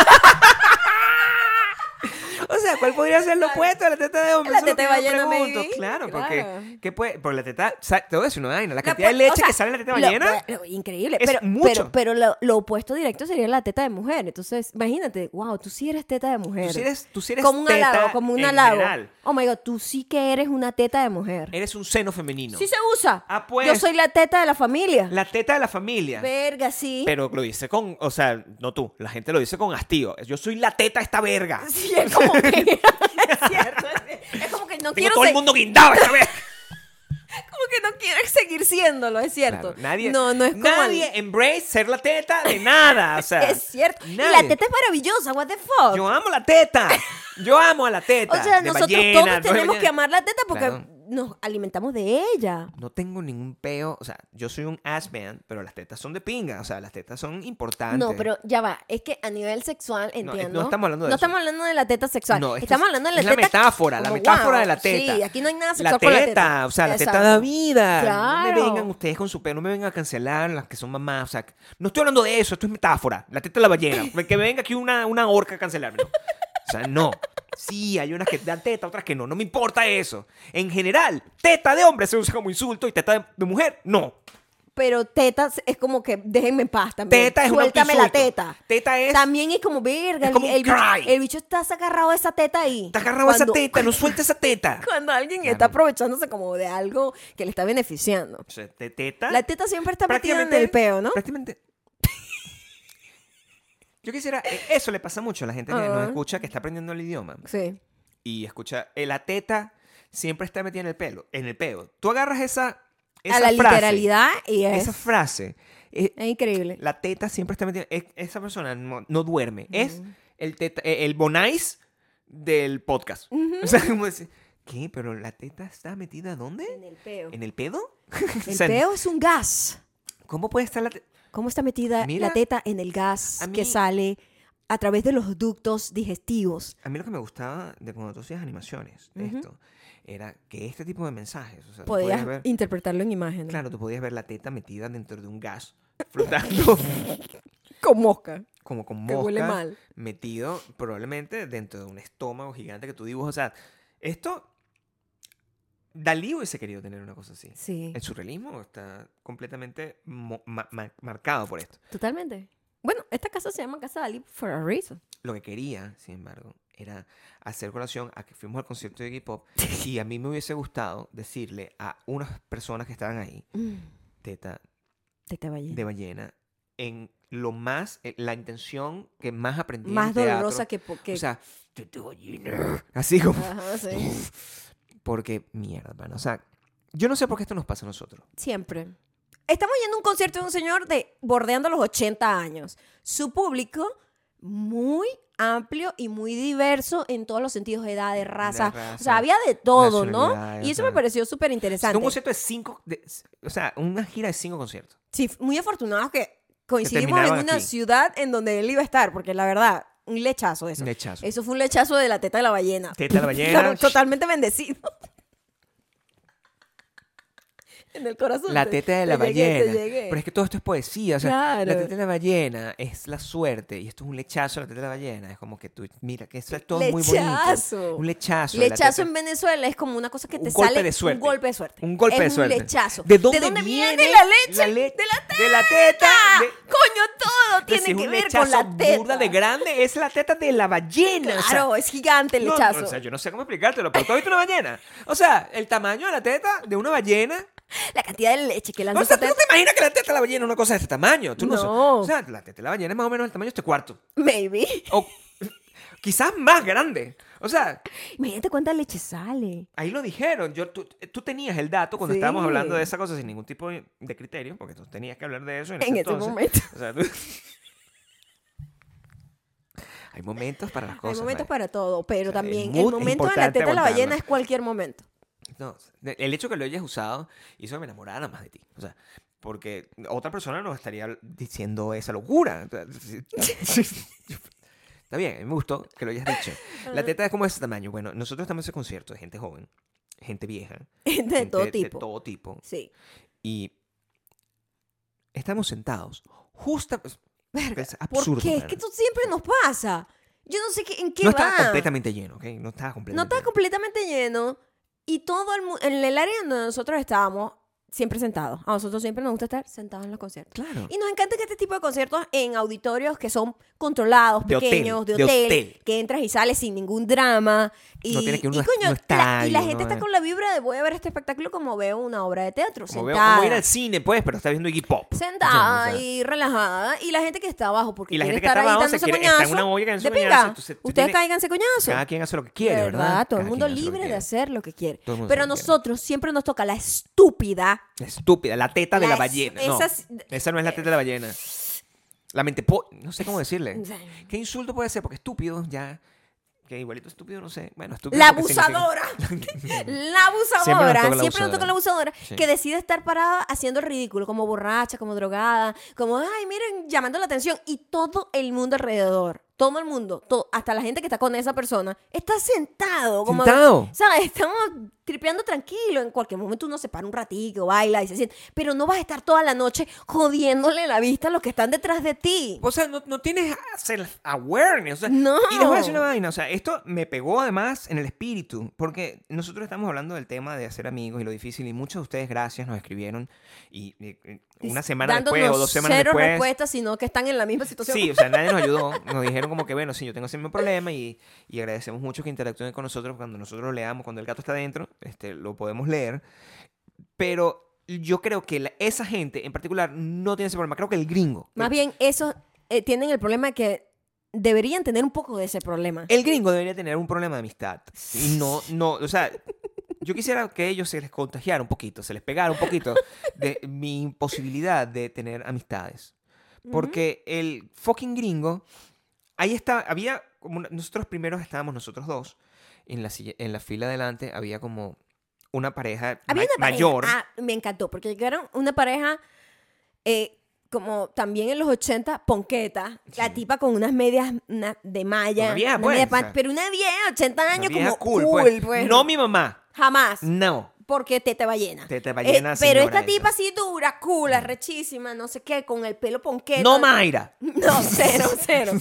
O sea, ¿cuál podría ser lo
Claro.
opuesto a la teta de hombre?
La
Eso es lo
teta
que
de
yo
ballena,
pregunto.
baby.
Claro, porque
Claro.
¿qué puede? Porque la teta, o sea, te voy a decir una vaina, la
La
cantidad
pu-
de leche
o sea,
que sale en la teta de
lo-
ballena.
lo- increíble.
es
pero,
mucho.
Pero, pero lo, lo opuesto directo sería la teta de mujer. Entonces, imagínate, wow, tú sí eres teta de mujer.
Tú sí eres, tú sí eres
como un
teta
halago, como un
en
halago.
general.
Oh my god, tú sí que eres una teta de mujer.
Eres un seno femenino.
Sí se usa.
Ah, pues.
Yo soy la teta de la familia.
La teta de la familia.
Verga, sí.
Pero lo dice con, o sea, no tú, la gente lo dice con hastío. Yo soy la teta de esta verga.
<laughs> Sí, es como que. <laughs> es cierto. Es, es como que no
Tengo
quiero
todo el
ser,
mundo guindado esta verga.
como que no quiero seguir siéndolo, es <laughs> cierto.
Claro, nadie,
no, no es como
nadie embrace ser la teta de nada. O sea,
<laughs> Es cierto. Y
nadie.
la teta es maravillosa, what the fuck.
Yo amo la teta. Yo amo a la teta.
O sea,
de
nosotros
ballena,
todos
de
tenemos
ballena.
que amar la teta porque
Claro.
nos alimentamos de ella.
No tengo ningún peo. O sea, yo soy un ass man, pero las tetas son de pinga. O sea, las tetas son importantes.
No, pero ya va. Es que a nivel sexual, entiendo.
estamos hablando de
No
eso.
estamos hablando de la teta sexual.
No, esto
estamos
es-
hablando de la
es la
teta.
metáfora, la metáfora de la teta.
Sí, aquí no hay nada sexual
La
con la
teta, o sea, la teta da
Exacto.
vida. No me
Claro.
vengan ustedes con su peo, no me vengan a cancelar las que son mamás. O sea, no estoy hablando de eso, esto es metáfora. La teta de la ballena.
<laughs>
Que venga aquí una, una orca a cancelarme. no. O sea, no. Sí, hay unas que dan teta, otras que no. No me importa eso. En general, teta de hombre se usa como insulto y teta de- de mujer, no.
Pero teta es como que déjenme en paz también.
Teta es un
Suéltame la
autoinsulto.
teta.
Teta es-
También es como verga.
es como un
el, el bicho-
cry.
el bicho está agarrado a esa teta ahí.
Te agarrado esa
Cuando-
teta, no suelta esa teta.
<laughs> Cuando alguien
Claro.
está aprovechándose como de algo que le está beneficiando.
O sea, te- teta.
La teta siempre está metida en el peo, ¿no?
Prácticamente. <laughs> Yo quisiera. eh, Eso le pasa mucho a la gente que
Ah.
nos escucha, que está aprendiendo el idioma.
Sí.
Y escucha. eh, la teta siempre está metida en el pelo. En el peo. Tú agarras esa. esa
a la
frase,
literalidad y es,
Esa frase. eh,
es increíble.
la teta siempre está metida. es- esa persona no, no duerme. Es el, teta, eh, el bonais del podcast. <laughs> O sea, como decir. ¿Qué? ¿Pero la teta está metida dónde?
En el peo.
¿En el pedo? <laughs> O
El
sea,
peo es un gas.
¿Cómo puede estar la te-
¿Cómo está metida
Mira,
la teta en el gas
a mí-
que sale a través de los ductos digestivos?
A mí lo que me gustaba de cuando tú hacías animaciones de esto era que este tipo de mensajes, o sea, tú
Podías
podías ver,
interpretarlo en imágenes.
claro, tú podías ver la teta metida dentro de un gas
<laughs>
flotando
Con mosca.
como con
Que
mosca,
huele mal.
metido probablemente dentro de un estómago gigante que tú dibujas, o sea, esto Dalí hubiese querido tener una cosa así.
Sí.
El surrealismo está completamente mo- ma- ma- marcado por esto.
Totalmente. Bueno, esta casa se llama Casa Dalí for a reason.
Lo que quería, sin embargo, era hacer colación a que fuimos al concierto de K-pop y a mí me hubiese gustado decirle a unas personas que estaban ahí,
Mm,
teta
Teta ballena.
de ballena, en lo más, en la intención que más aprendí. en
Más
teatro,
dolorosa que... po- que-
O sea, teta ballena. Así como.
Ajá, sí.
Porque mierda, mano. O sea, yo no sé por qué esto nos pasa a nosotros.
Siempre. Estamos yendo a un concierto de un señor de bordeando los 80 años. Su público muy amplio y muy diverso en todos los sentidos, edades, razas. O
raza,
sea, había de todo, ¿no?
nacionalidades,
Y eso
ajá.
me pareció súper interesante.
Un concierto de cinco, de- o sea, una gira de cinco conciertos.
Sí, f- muy afortunados que coincidimos en
terminaron
una
aquí.
ciudad en donde él iba a estar, porque la verdad, un lechazo eso.
Un lechazo.
Eso fue un lechazo de la teta de la ballena.
Teta de
<laughs>
la ballena.
Totalmente bendecido. <laughs> en el corazón.
La
te-
teta de la
te llegué, te
ballena.
llegué.
Pero es que todo esto es poesía. O sea,
Claro.
La teta de la ballena es la suerte. Y esto es un lechazo de la teta de la ballena. Es como que tú, mira, que esto es todo muy
Lechazo.
bonito. Un lechazo. de la
Lechazo
teta-
en Venezuela es como una cosa que
Un
te
golpe
sale
de suerte.
un golpe de suerte.
Un golpe
Es
de suerte.
Un lechazo.
¿De dónde,
viene, la leche? de
le-
la teta.
de la teta. de-
Coño, todo
Entonces,
tiene
si es
que
un
ver con la
lechazo
teta.
burda de grande es la teta de la ballena. o sea,
Claro, es gigante el
no, no,
lechazo.
o sea, yo no sé cómo explicártelo, pero tú has visto una ballena. O sea, el tamaño de la teta de una ballena
La cantidad de leche que lanza
O sea,
esa
tú no
teta.
te imaginas que la teta de la ballena es una cosa de este tamaño. Tú no, sabes.
No.
O sea, la teta de la ballena es más o menos el tamaño de este cuarto.
Maybe.
O <laughs> quizás más grande. O sea,
Imagínate cuánta leche sale.
ahí lo dijeron. Yo, tú, tú tenías el dato cuando
Sí.
estábamos hablando de esa cosa sin ningún tipo de criterio, porque tú tenías que hablar de eso. En, ese
En ese
entonces.
momento.
O sea, tú- <laughs> Hay momentos para las cosas.
Hay momentos
Mari.
para todo, pero
O sea, el
también
mood
el
es
momento de la
importante
teta de la
aguantarlo.
ballena es cualquier momento. <laughs>
No, de- el hecho que lo hayas usado hizo que me enamorara más de ti. O sea, porque otra persona no estaría diciendo esa locura.
<laughs>
Está bien, a mí me gustó que lo hayas dicho.
Ah.
La teta es como de ese tamaño. Bueno, nosotros estamos en ese concierto de gente joven, gente vieja.
De
gente
todo tipo.
De todo tipo.
Sí.
Y estamos sentados. Justa... es
¿Por
absurdo.
qué? Es
man.
que esto siempre nos pasa. Yo no sé qué, en qué
no
va.
estaba completamente lleno, ¿ok? No estaba completamente
No estaba
lleno.
completamente lleno y todo el mu- en el área donde nosotros estábamos siempre sentados. A nosotros siempre nos gusta estar sentados en los conciertos.
Claro.
Y nos encanta que este tipo de conciertos en auditorios que son controlados,
De hotel,
pequeños, de
de
hotel,
hotel.
que entras y sales sin ningún drama. Y,
No tienes que ir a
y
un-
coño, la,
un
y la
estadio,
gente
¿no?
está con la vibra de voy a ver este espectáculo como veo una obra de teatro,
Como veo,
sentada.
como ir al cine, pues, pero está viendo Iggy Pop.
Sentada
¿Entiendes? O sea,
y relajada. Y la gente que está abajo, porque
Y la
quiere
gente que
estar
está
ahí
abajo se
dándose
quiere- está en
coñazo,
una olla que en su
de
coñazo,
pinga.
entonces tú
Ustedes
tienes-
cáiganse coñazo.
Cada quien hace lo que quiere, ¿verdad?
Todo el
Cada
mundo
quien hace lo que
libre de
quiere.
hacer lo que quiere.
Todo el mundo
Pero a
hace lo que quiere.
nosotros siempre nos toca la estúpida.
Estúpida, la teta de la
Las-
ballena. No,
esas-
esa no es la teta de la ballena. La mente po- No sé cómo decirle.
Sí.
¿Qué insulto puede ser? Porque estúpido, ya. Que igualito estúpido, no sé. Bueno, estúpido.
La
porque significa-
abusadora. <laughs> la
<laughs> Siempre nos
abusadora.
toca la
Siempre nos toca la abusadora
Sí.
que decide estar parada haciendo el ridículo, como borracha, como drogada, como, ay, miren, llamando la atención. Y todo el mundo alrededor, todo el mundo, to- hasta la gente que está con esa persona, está sentado. Como,
Sentado.
¿Sabes? Estamos tripeando tranquilo. En cualquier momento uno se para un ratito, baila y se siente. Pero no vas a estar toda la noche jodiéndole la vista a los que están detrás de ti.
O sea, no, no tienes self-awareness. o sea,
No.
Y les voy a decir una vaina. O sea, esto me pegó además en el espíritu. Porque nosotros estamos hablando del tema de hacer amigos y lo difícil. Y muchos de ustedes, gracias, nos escribieron. Y, y- y una semana
Dándonos
después o dos semanas
cero
después.
respuestas, sino que están en la misma situación.
Sí, o sea, nadie nos ayudó. Nos dijeron como que, bueno, sí, yo tengo ese mismo problema y, y agradecemos mucho que interactúen con nosotros. Cuando nosotros lo leamos, cuando el gato está dentro, este, lo podemos leer. Pero yo creo que la- esa gente en particular no tiene ese problema. Creo que el gringo.
Más bien, esos eh, tienen el problema que deberían tener un poco de ese problema.
El gringo debería tener un problema de amistad. Y no, no, o sea, yo quisiera que ellos se les contagiara un poquito, se les pegara un poquito de mi imposibilidad de tener amistades. Porque el fucking gringo, ahí está, había, como una- nosotros primeros estábamos nosotros dos, en la, silla- en la fila adelante había como una pareja
Había
ma-
una pareja,
mayor.
ah, me encantó, porque llegaron una pareja eh, como también en los 80, ponqueta, la
Sí.
tipa con unas medias una de malla,
Una vieja,
una
pues,
media
o
pan-
sea,
pero una vieja, 80
una
años,
vieja
como cool, pues.
No mi mamá,
Jamás,
no.
porque teta ballena. Eh,
Teta ballena,
pero
señora
esta
esa. Mm.
tipa así dura, cool, arrechísima, no sé qué, con el pelo ponqueta.
No Mayra.
<laughs> No,
<laughs>
cero, cero.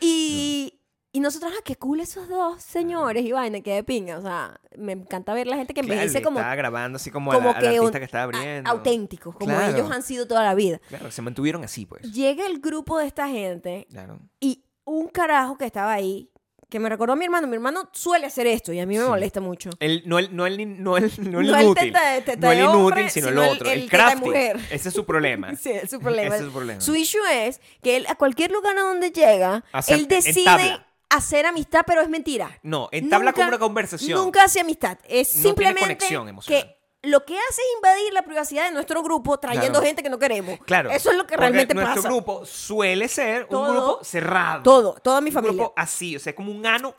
Y, y nosotros, ah, qué cool esos dos señores, y vaina, qué de pinga. O sea, me encanta ver la gente que
Claro,
envejece como,
estaba grabando así como, a
como
la, al
que
artista
un-
que estaba
a-
abriendo.
auténticos, como
Claro.
ellos han sido toda la vida.
Claro, se mantuvieron así, pues.
Llega el grupo de esta gente
Claro.
y un carajo que estaba ahí, que me recordó a mi hermano. Mi hermano suele hacer esto y a mí me
Sí.
molesta mucho.
El, no, el, no, el, in- no, el, no el
No el
inútil.
teta de- teta
no el
de
inútil,
hombre,
sino,
sino
el
el-
otro.
el
El,
teta de
crafting.
mujer.
Ese es su problema.
<laughs> Sí, es su problema.
Ese es su problema.
issue es que él, a cualquier lugar a donde llega,
Hacer-
él decide
entabla.
hacer amistad, pero es mentira.
No, entabla como
Nunca-
una conversación.
Nunca hace amistad. Es
No tiene
simplemente
conexión emocional.
que lo que hace es invadir la privacidad de nuestro grupo trayendo
Claro.
gente que no queremos.
Claro.
Eso es lo que
Porque
realmente
nuestro
pasa.
grupo suele ser
Todo-
un grupo cerrado.
Todo, toda mi
Un
familia.
grupo así, o sea, como un ano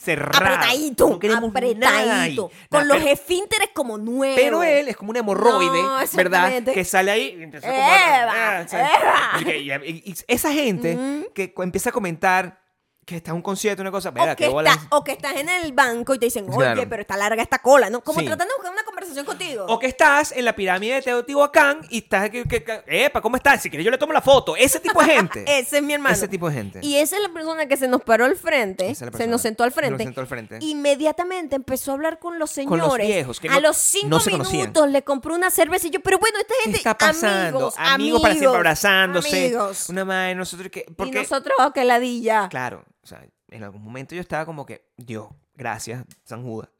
cerrado.
Apretadito,
No queremos nada ahí.
apretadito. Con
Nada,
los
pero-
esfínteres como nuevos.
Pero él es como un hemorroide,
No,
¿verdad?
exactamente.
Que sale ahí y empieza a
¡Eva!
Ah, ¿sabes? Y que- y- y- y esa gente que cu- empieza a comentar que está en un concierto, una cosa,
O
verá,
que,
qué bola.
está- o que estás en el banco y te dicen, oye,
Claro.
pero está larga esta cola, ¿no? Como
Sí.
tratando de buscar una conversación contigo.
O que estás en la pirámide de Teotihuacán y estás que, que- que- epa, ¿cómo estás? Si quieres yo le tomo la foto. Ese tipo de gente.
Ese <laughs> es mi hermano.
Ese tipo de gente.
Y esa es la persona que se nos paró al frente,
Esa es la
se
persona.
nos sentó al
Se nos
frente.
sentó al frente.
Inmediatamente empezó a hablar con los
los
señores.
viejos, que
a
no-
los cinco
no se
minutos
conocían.
le compró una cerveza y yo, pero bueno, esta
¿Qué
gente.
está pasando?
Amigos,
para siempre abrazándose.
Amigos.
Una madre, nosotros que.
Y
Porque,
nosotros, oh, que ladilla.
claro, o sea, en algún momento yo estaba como que, Dios, gracias, San Judas.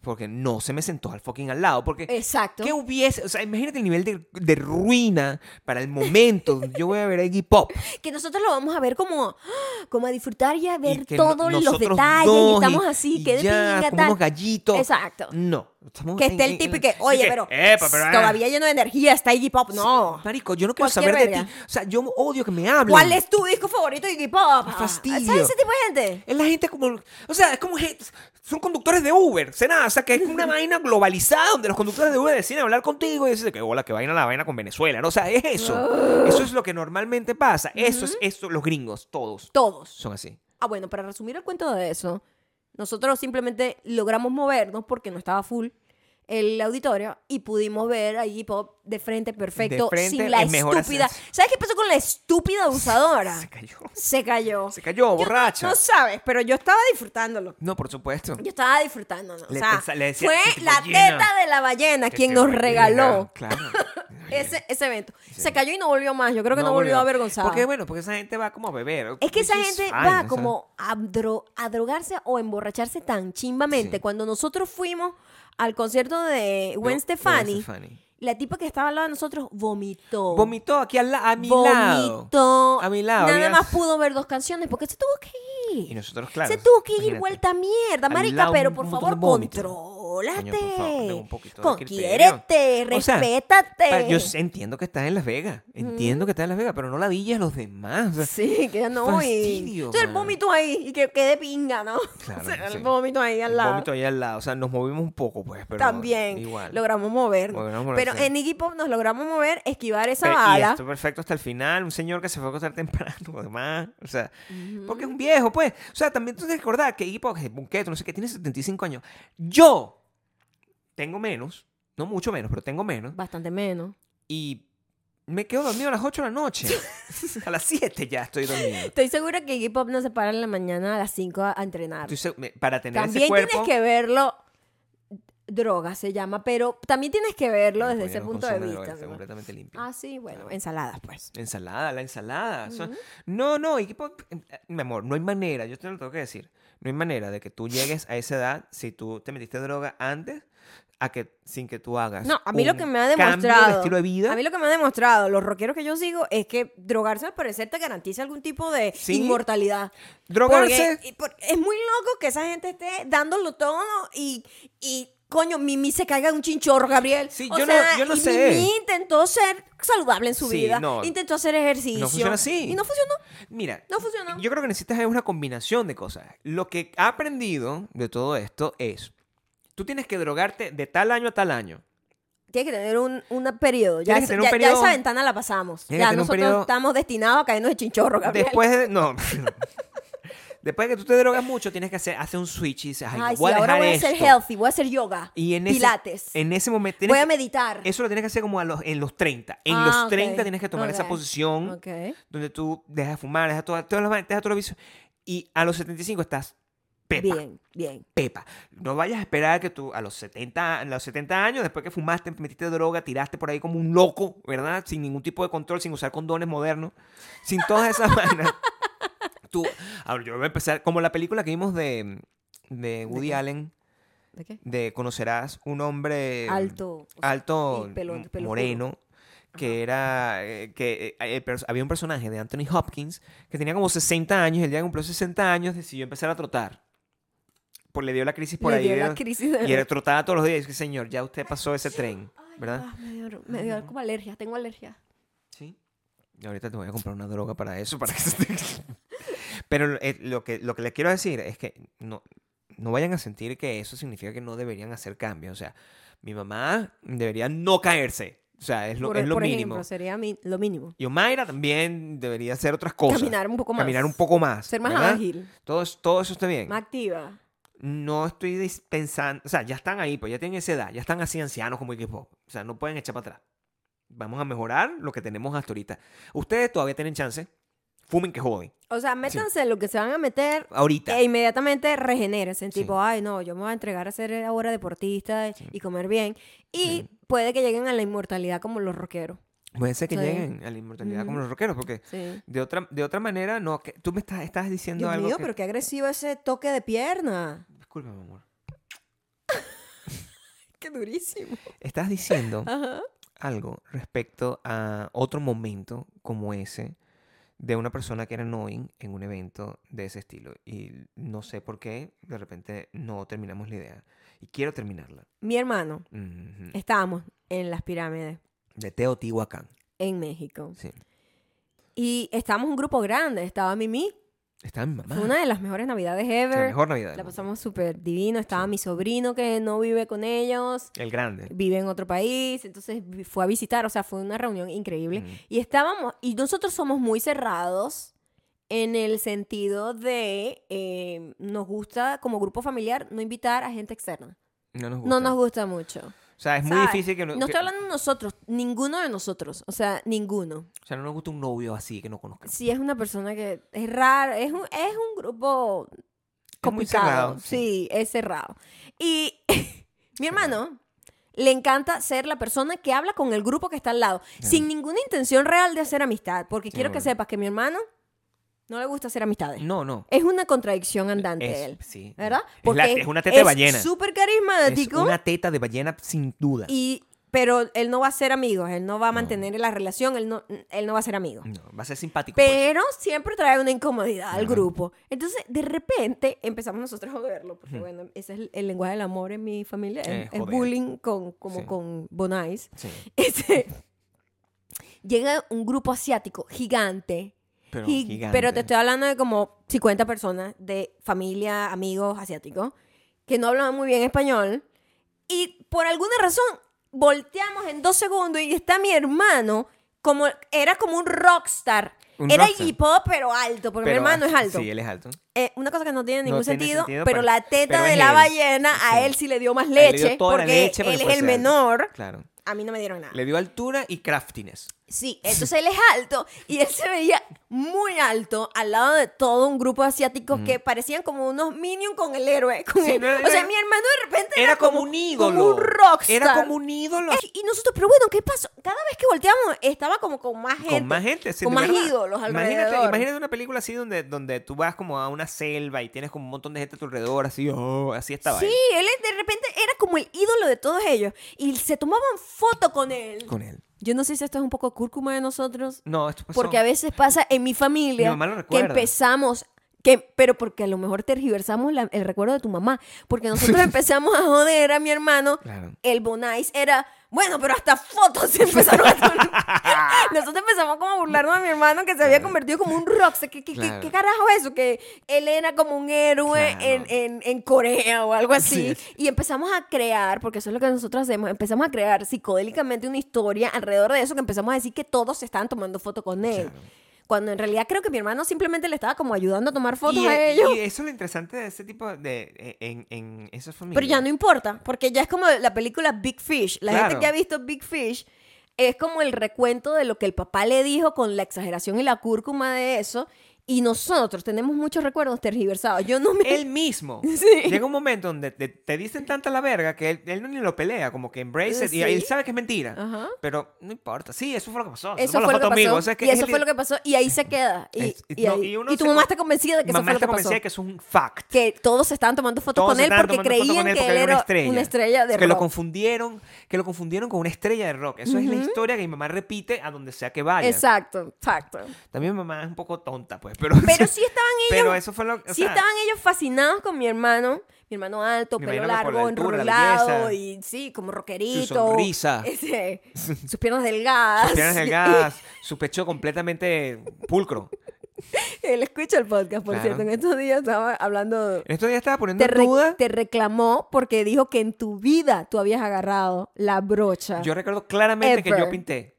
Porque no se me sentó al fucking al lado. Porque.
Exacto.
¿Qué hubiese? O sea, imagínate el nivel de, de ruina para el momento. donde yo voy a ver a Iggy Pop.
Que nosotros lo vamos a ver como, ¡ah! como a disfrutar y a ver
y que no-
todos los
nosotros
detalles.
dos
y estamos
y-
así,
y
que de
ya,
pinga,
como
tal.
unos gallitos.
Exacto.
No. estamos
Que
en-
esté
en-
el tipo y
en-
que, oye,
que,
pero,
epa, pero, ah".
todavía lleno de energía está Iggy Pop. No.
Marico, yo no quiero
Cualquier
saber de ti.
verga.
O sea, yo odio que me hablen.
¿Cuál es tu disco favorito de Iggy Pop?
Qué fastidio.
¿Sabes ese tipo de gente?
Es la gente como. O sea, es como. gen- Son conductores de Uber. se nada, o sea, que es
<laughs>
una vaina globalizada donde los conductores de Uber deciden hablar contigo y dicen que hola, que vaina la vaina con Venezuela. ¿no? O sea, es
Ah.
eso. Eso es lo que normalmente pasa. Eso es eso. Los gringos, todos.
Todos.
Son así.
Ah, bueno, para resumir el cuento de eso, nosotros simplemente logramos movernos porque no estaba full el auditorio y pudimos ver a Iggy Pop de frente perfecto,
De frente,
sin la
es mejor
estúpida.
hacer-
¿Sabes qué pasó con la estúpida abusadora?
Se cayó.
Se cayó.
Se cayó, borracha.
Ah. No sabes, pero yo estaba disfrutándolo.
No, por supuesto.
Yo estaba disfrutándolo. O
Le
sea,
pensa- le decía,
fue
"Este
la
tipo llena".
teta de la ballena quien
Este
nos
baile,
regaló
<laughs> Claro.
<laughs> ese, ese evento. Se cayó y no volvió más. Yo creo que no, volvió, avergonzada.
Porque bueno, porque esa gente va como a beber.
Es que esa
Which is
gente
fine, o
va
sea.
como a, dro- a drogarse o a emborracharse tan chimbamente.
Sí.
Cuando nosotros fuimos al concierto de
No,
Gwen
no,
Stefani,
Stefani.
la tipa que estaba al lado de nosotros vomitó.
Vomitó aquí al la- a mi lado.
Vomitó.
A mi lado,
Nada
había-
más pudo ver dos canciones porque se tuvo que ir.
Y nosotros, claro.
se tuvo que ir
imagínate.
vuelta mierda,
Al
marica,
lado
pero
un
por
montón de
favor,
vómito.
controlate.
Coño, por favor, tengo un poquito de criterio.
Conquiérete,
O sea,
respétate.
pa- yo entiendo que estás en Las Vegas. Entiendo que estás en Las Vegas, pero no la villas a los demás. o <laughs> sea,
Sí, que ya no. Y...
Fastidio,
Entonces el
mano.
vómito ahí y que quede pinga, ¿no? <laughs>
Claro,
O sea, el
sí.
vómito ahí al
el
lado.
Vómito ahí al lado. O sea, nos movimos un poco, pues. Pero
También
Igual.
logramos movernos.
Logramos movernos,
Pero
sí.
en Iggy Pop nos logramos mover, esquivar esa
Pe- Y
bala.
esto perfecto hasta el final. Un señor que se fue a acostar <laughs> temprano, además. O sea, porque
Mm.
es un viejo, pues. O sea, también tú tienes que recordar que Iggy Pop, que Bunketo, no sé qué, tiene 75 años. Yo tengo menos, no mucho menos, pero tengo menos.
Bastante menos.
Y me quedo dormido a las 8 de la
<laughs>
noche. a las 7 ya estoy dormido.
Estoy segura que Iggy Pop no se para en la mañana a las 5 a a entrenar.
Estoy seg- me- para tener ese
También
cuerpo.
tienes que verlo. Droga se llama, pero también tienes que verlo
No,
desde
pues, yo
ese
no
punto de
consumo droga,
vista.
está
¿no?
completamente limpio.
Ah, sí, bueno, ensaladas, pues.
Ensalada, la ensalada. o sea, no, no, equipo. em, eh, Mi amor, no hay manera, yo te lo tengo que decir. No hay manera de que tú llegues a esa edad si tú te metiste droga antes a que sin que tú hagas.
No, a mí lo que
un
me ha
Cambio de
demostrado.
estilo de vida.
A mí lo que me ha demostrado los rockeros que yo sigo es que drogarse al parecer te garantiza algún tipo de
Sí.
inmortalidad.
Drogarse.
Porque- y por- es muy loco que esa gente esté dándolo todo y, y coño, Mimi se caiga en un chinchorro, Gabriel.
Sí,
O
yo no-
sea,
yo no
y
sé.
Mimi intentó ser saludable en su
Sí,
vida,
no.
intentó hacer ejercicio.
No funciona así.
Y no funcionó.
Mira,
No funcionó.
yo creo que necesitas una combinación de cosas. Lo que he aprendido de todo esto es, tú tienes que drogarte de tal año a tal año.
Tiene que tener un, un periodo. Ya,
Tiene que
esa-
tener un
ya- ya
periodo.
esa ventana la pasamos.
Tiene que
ya
tener un
nosotros
periodo.
estamos destinados a caernos de chinchorro, Gabriel.
Después de... No. <laughs> Después de que tú te drogas mucho, tienes que hacer, hacer un switch y dices, ay,
Ay, sí,
voy a
ahora
dejar
voy a
esto.
ser healthy, voy a hacer yoga,
Y en ese-
pilates,
en ese momento... tienes
voy a
que-
meditar.
Eso lo tienes que hacer como a los, en los 30. En
Ah,
los
ok,
30 tienes que tomar
ok,
esa posición
ok.
donde tú dejas de fumar, dejas todas todas las vainas, dejas todos los vicios. Y a los 75 estás pepa,
Bien, bien.
pepa. No vayas a esperar que tú a los 70, a los 70 años, después que fumaste, metiste droga, tiraste por ahí como un loco, ¿verdad? Sin ningún tipo de control, sin usar condones modernos, sin todas esas <laughs> vainas. Tú, ahora yo voy a empezar, como la película que vimos de, de Woody
qué?
Allen,
¿De qué?
de conocerás un hombre
Alto, o
ah,
sea,
alto
y pelo-
m-
peludo.
moreno que era eh, que eh, eh, pers- había un personaje de Anthony Hopkins que tenía como 60 años el día que cumplió 60 años decidió empezar a trotar por- le dio la crisis por
Le
ahí.
dio
de-
la crisis de-
y era trotada todos los días. Y dice, señor, ya usted pasó ese tren, ¿verdad?
Ah, me dio, me dio como alergia, tengo alergia.
Sí. Y ahorita te voy a comprar una droga para eso, para que se te- <laughs> Pero eh, lo que, lo que les quiero decir es que no, no vayan a sentir que eso significa que no deberían hacer cambios. O sea, mi mamá debería no caerse. O sea, es lo,
por
es lo
por
mínimo.
ejemplo, sería mi- lo mínimo.
Y Omaira también debería hacer otras cosas.
Caminar un poco más.
Caminar un poco más.
Ser más
¿verdad?
ágil,
Todo, es- todo eso está bien.
más activa.
No estoy dis- pensando. O sea, ya están ahí, pues ya tienen esa edad. Ya están así ancianos como equipo. O sea, no pueden echar para atrás. Vamos a mejorar lo que tenemos hasta ahorita. Ustedes todavía tienen chance. Fumen que joden.
O sea, métanse lo que se van a meter
Ahorita.
e inmediatamente regeneres en
Sí.
tipo, ay, no, yo me voy a entregar a ser ahora deportista y-
Sí.
y comer bien. Y
Sí.
puede que lleguen a la inmortalidad como los rockeros.
Puede ser que
Sí.
lleguen a la inmortalidad como
Ujú.
los rockeros, porque
Sí.
de otra, de otra manera, no. que- tú me estás, estás diciendo
Dios
algo.
mío,
que-
pero qué agresivo ese toque de pierna.
Disculpa, mi amor.
Qué durísimo.
Estás diciendo.
Ajá.
algo respecto a otro momento como ese de una persona que era annoying en un evento de ese estilo. Y no sé por qué, de repente no terminamos la idea. Y quiero terminarla.
Mi hermano,
Ujú.
estábamos en las pirámides
De Teotihuacán.
en México.
Sí.
Y estábamos un grupo grande. Estaba Mimi.
Estaba mi mamá.
Fue una de las mejores navidades ever.
la mejor Navidad. del
La
mundo.
pasamos súper divino. Estaba
Sí.
mi sobrino que no vive con ellos.
El grande.
Vive en otro país. Entonces vi- fue a visitar. O sea, fue una reunión increíble.
Mm.
Y estábamos, y nosotros somos muy cerrados en el sentido de eh, nos gusta como grupo familiar no invitar a gente externa.
No nos gusta.
No nos gusta mucho.
O sea, es muy
¿sabes?
difícil que... no-
No
que-
estoy hablando de nosotros, ninguno de nosotros, o sea, ninguno.
O sea, no nos gusta un novio así que no conozcamos.
Si es una persona que es raro, es un, es un grupo
Es muy
complicado.
cerrado,
sí.
sí.
es cerrado. Y <laughs> mi hermano le encanta ser la persona que habla con el grupo que está al lado,
Claro.
sin ninguna intención real de hacer amistad, porque
Sí,
quiero que
bueno.
sepas que mi hermano no le gusta hacer amistades.
No, no.
Es una contradicción andante
Es-
él,
sí.
¿verdad?
Es, la- es una teta de ballena.
Es súper
Es
carismático.
una teta de ballena sin duda.
Y, pero él no va a ser amigo, él no va a
No.
mantener la relación, él no, él no va a ser amigo.
No, va a ser simpático. pues.
Pero siempre trae una incomodidad al
Ajá.
grupo. Entonces, de repente, empezamos nosotros a verlo, porque
Ujú.
bueno, ese es el, el lenguaje del amor en mi familia, es,
Eh,
es
joder.
bullying con, como
Sí.
con Bonais.
Sí,
Este, llega un grupo asiático gigante,
pero
gi-
gigante.
pero te estoy hablando de como 50 personas de familia, amigos asiáticos, que no hablaban muy bien español. Y por alguna razón, volteamos en dos segundos y está mi hermano, como era como un rockstar.
Un
era
rockstar.
hip hop, pero alto, porque
Pero,
mi hermano
ah,
es alto.
Sí, él es alto.
Eh, una cosa que no tiene
No
ningún
tiene
sentido,
sentido,
pero
pero-
la teta
pero
de
es
la
él.
ballena a
Sí.
él sí le dio más
A él
leche,
le dio toda la
porque
leche pues, para
él
que
es el
fuese alto.
menor.
Claro.
A mí no me dieron nada.
Le dio altura y craftiness.
Sí, entonces él es alto y él se veía muy alto al lado de todo un grupo de asiáticos que parecían como unos minions con el héroe. con
Mm. Sí,
el-
no era-
o sea,
no-
mi hermano de repente
Era,
era,
como, un ídolo.
Como un rockstar.
Era como un ídolo.
Eh, Y nosotros, pero bueno, ¿qué pasó? Cada vez que volteamos estaba como con más gente.
Con más gente. sí,
con
de
más
verdad.
ídolos alrededor.
Imagínate, imagínate una película así donde, donde tú vas como a una selva y tienes como un montón de gente a tu alrededor, así, oh, así estaba
Sí,
él.
él es- de repente era como el ídolo de todos ellos y se tomaban foto con él.
Con él.
Yo no sé si esto es un poco cúrcuma de nosotros,
No, esto pasó.
Porque a veces pasa en mi familia
Mi mamá lo
que
recuerda.
empezamos, que, pero porque a lo mejor tergiversamos la- el recuerdo de tu mamá. Porque
<laughs>
nosotros empezamos a joder a mi hermano.
Claro.
El Bonais era, bueno, pero hasta fotos se empezaron a
<laughs>
tomar. Nosotros empezamos como a burlarnos de mi hermano que se había convertido como un rockstar. ¿Qué, qué, qué-
Claro.
qué carajo es eso? Que él era como un héroe
Claro.
en, en- en Corea o algo así.
Sí, sí.
Y empezamos a crear, porque eso es lo que nosotros hacemos, empezamos a crear psicodélicamente una historia alrededor de eso que empezamos a decir que todos se estaban tomando foto con él.
Claro.
Cuando en realidad creo que mi hermano simplemente le estaba como ayudando a tomar fotos
y,
a
eh,
ellos.
y eso es lo interesante de ese tipo de. e, En, en esas familias.
Pero ya no importa, porque ya es como la película Big Fish. La gente
Claro.
que ha visto Big Fish es como el recuento de lo que el papá le dijo con la exageración y la cúrcuma de eso. Y nosotros tenemos muchos recuerdos tergiversados. Yo no me... <laughs>
Él mismo. Llega un momento donde te, te dicen tanta la verga que él, él no ni lo pelea, como que embrace it,
Sí.
y él sabe que es mentira.
Ajá.
Pero no importa. Sí, eso fue lo que pasó. Se
Eso
tomó la
fue lo que
foto
pasó.
conmigo. O sea, es que
y eso
es
fue lo que pasó. Y ahí se queda. Y,
Es-
y
no,
ahí-
y uno
y tu
se-
mamá está convencida de que eso fue
Mamá
lo
está
que pasó.
convencida de que es un fact.
Que todos se estaban tomando fotos
Todos
con
se
él
estaban
porque
tomando foto con
creían
él
que
porque
él era una estrella de
que lo
rock.
confundieron que lo confundieron con una estrella de rock eso es la historia que mi mamá repite a donde sea que vaya
Exacto,
<laughs>
exacto.
también mi mamá es un poco tonta pues pero <laughs>
Pero sí estaban ellos
pero eso fue lo o
sí
sea,
estaban ellos fascinados con mi hermano, mi hermano alto,
Me
pelo
imagino que por la
largo,
altura, la
enrulado
belleza.
y sí, como rockerito. <laughs>
sonrisa. <laughs>
Ese, sus piernas delgadas.
Sus piernas delgadas, su pecho completamente pulcro.
<laughs> Él escucha el podcast, por
Claro.
cierto. En estos días estaba hablando.
En estos días estaba poniendo
Te,
en
re-
duda.
te reclamó porque dijo que en tu vida tú habías agarrado la brocha.
Yo recuerdo claramente que yo
Ever.
pinté.
No,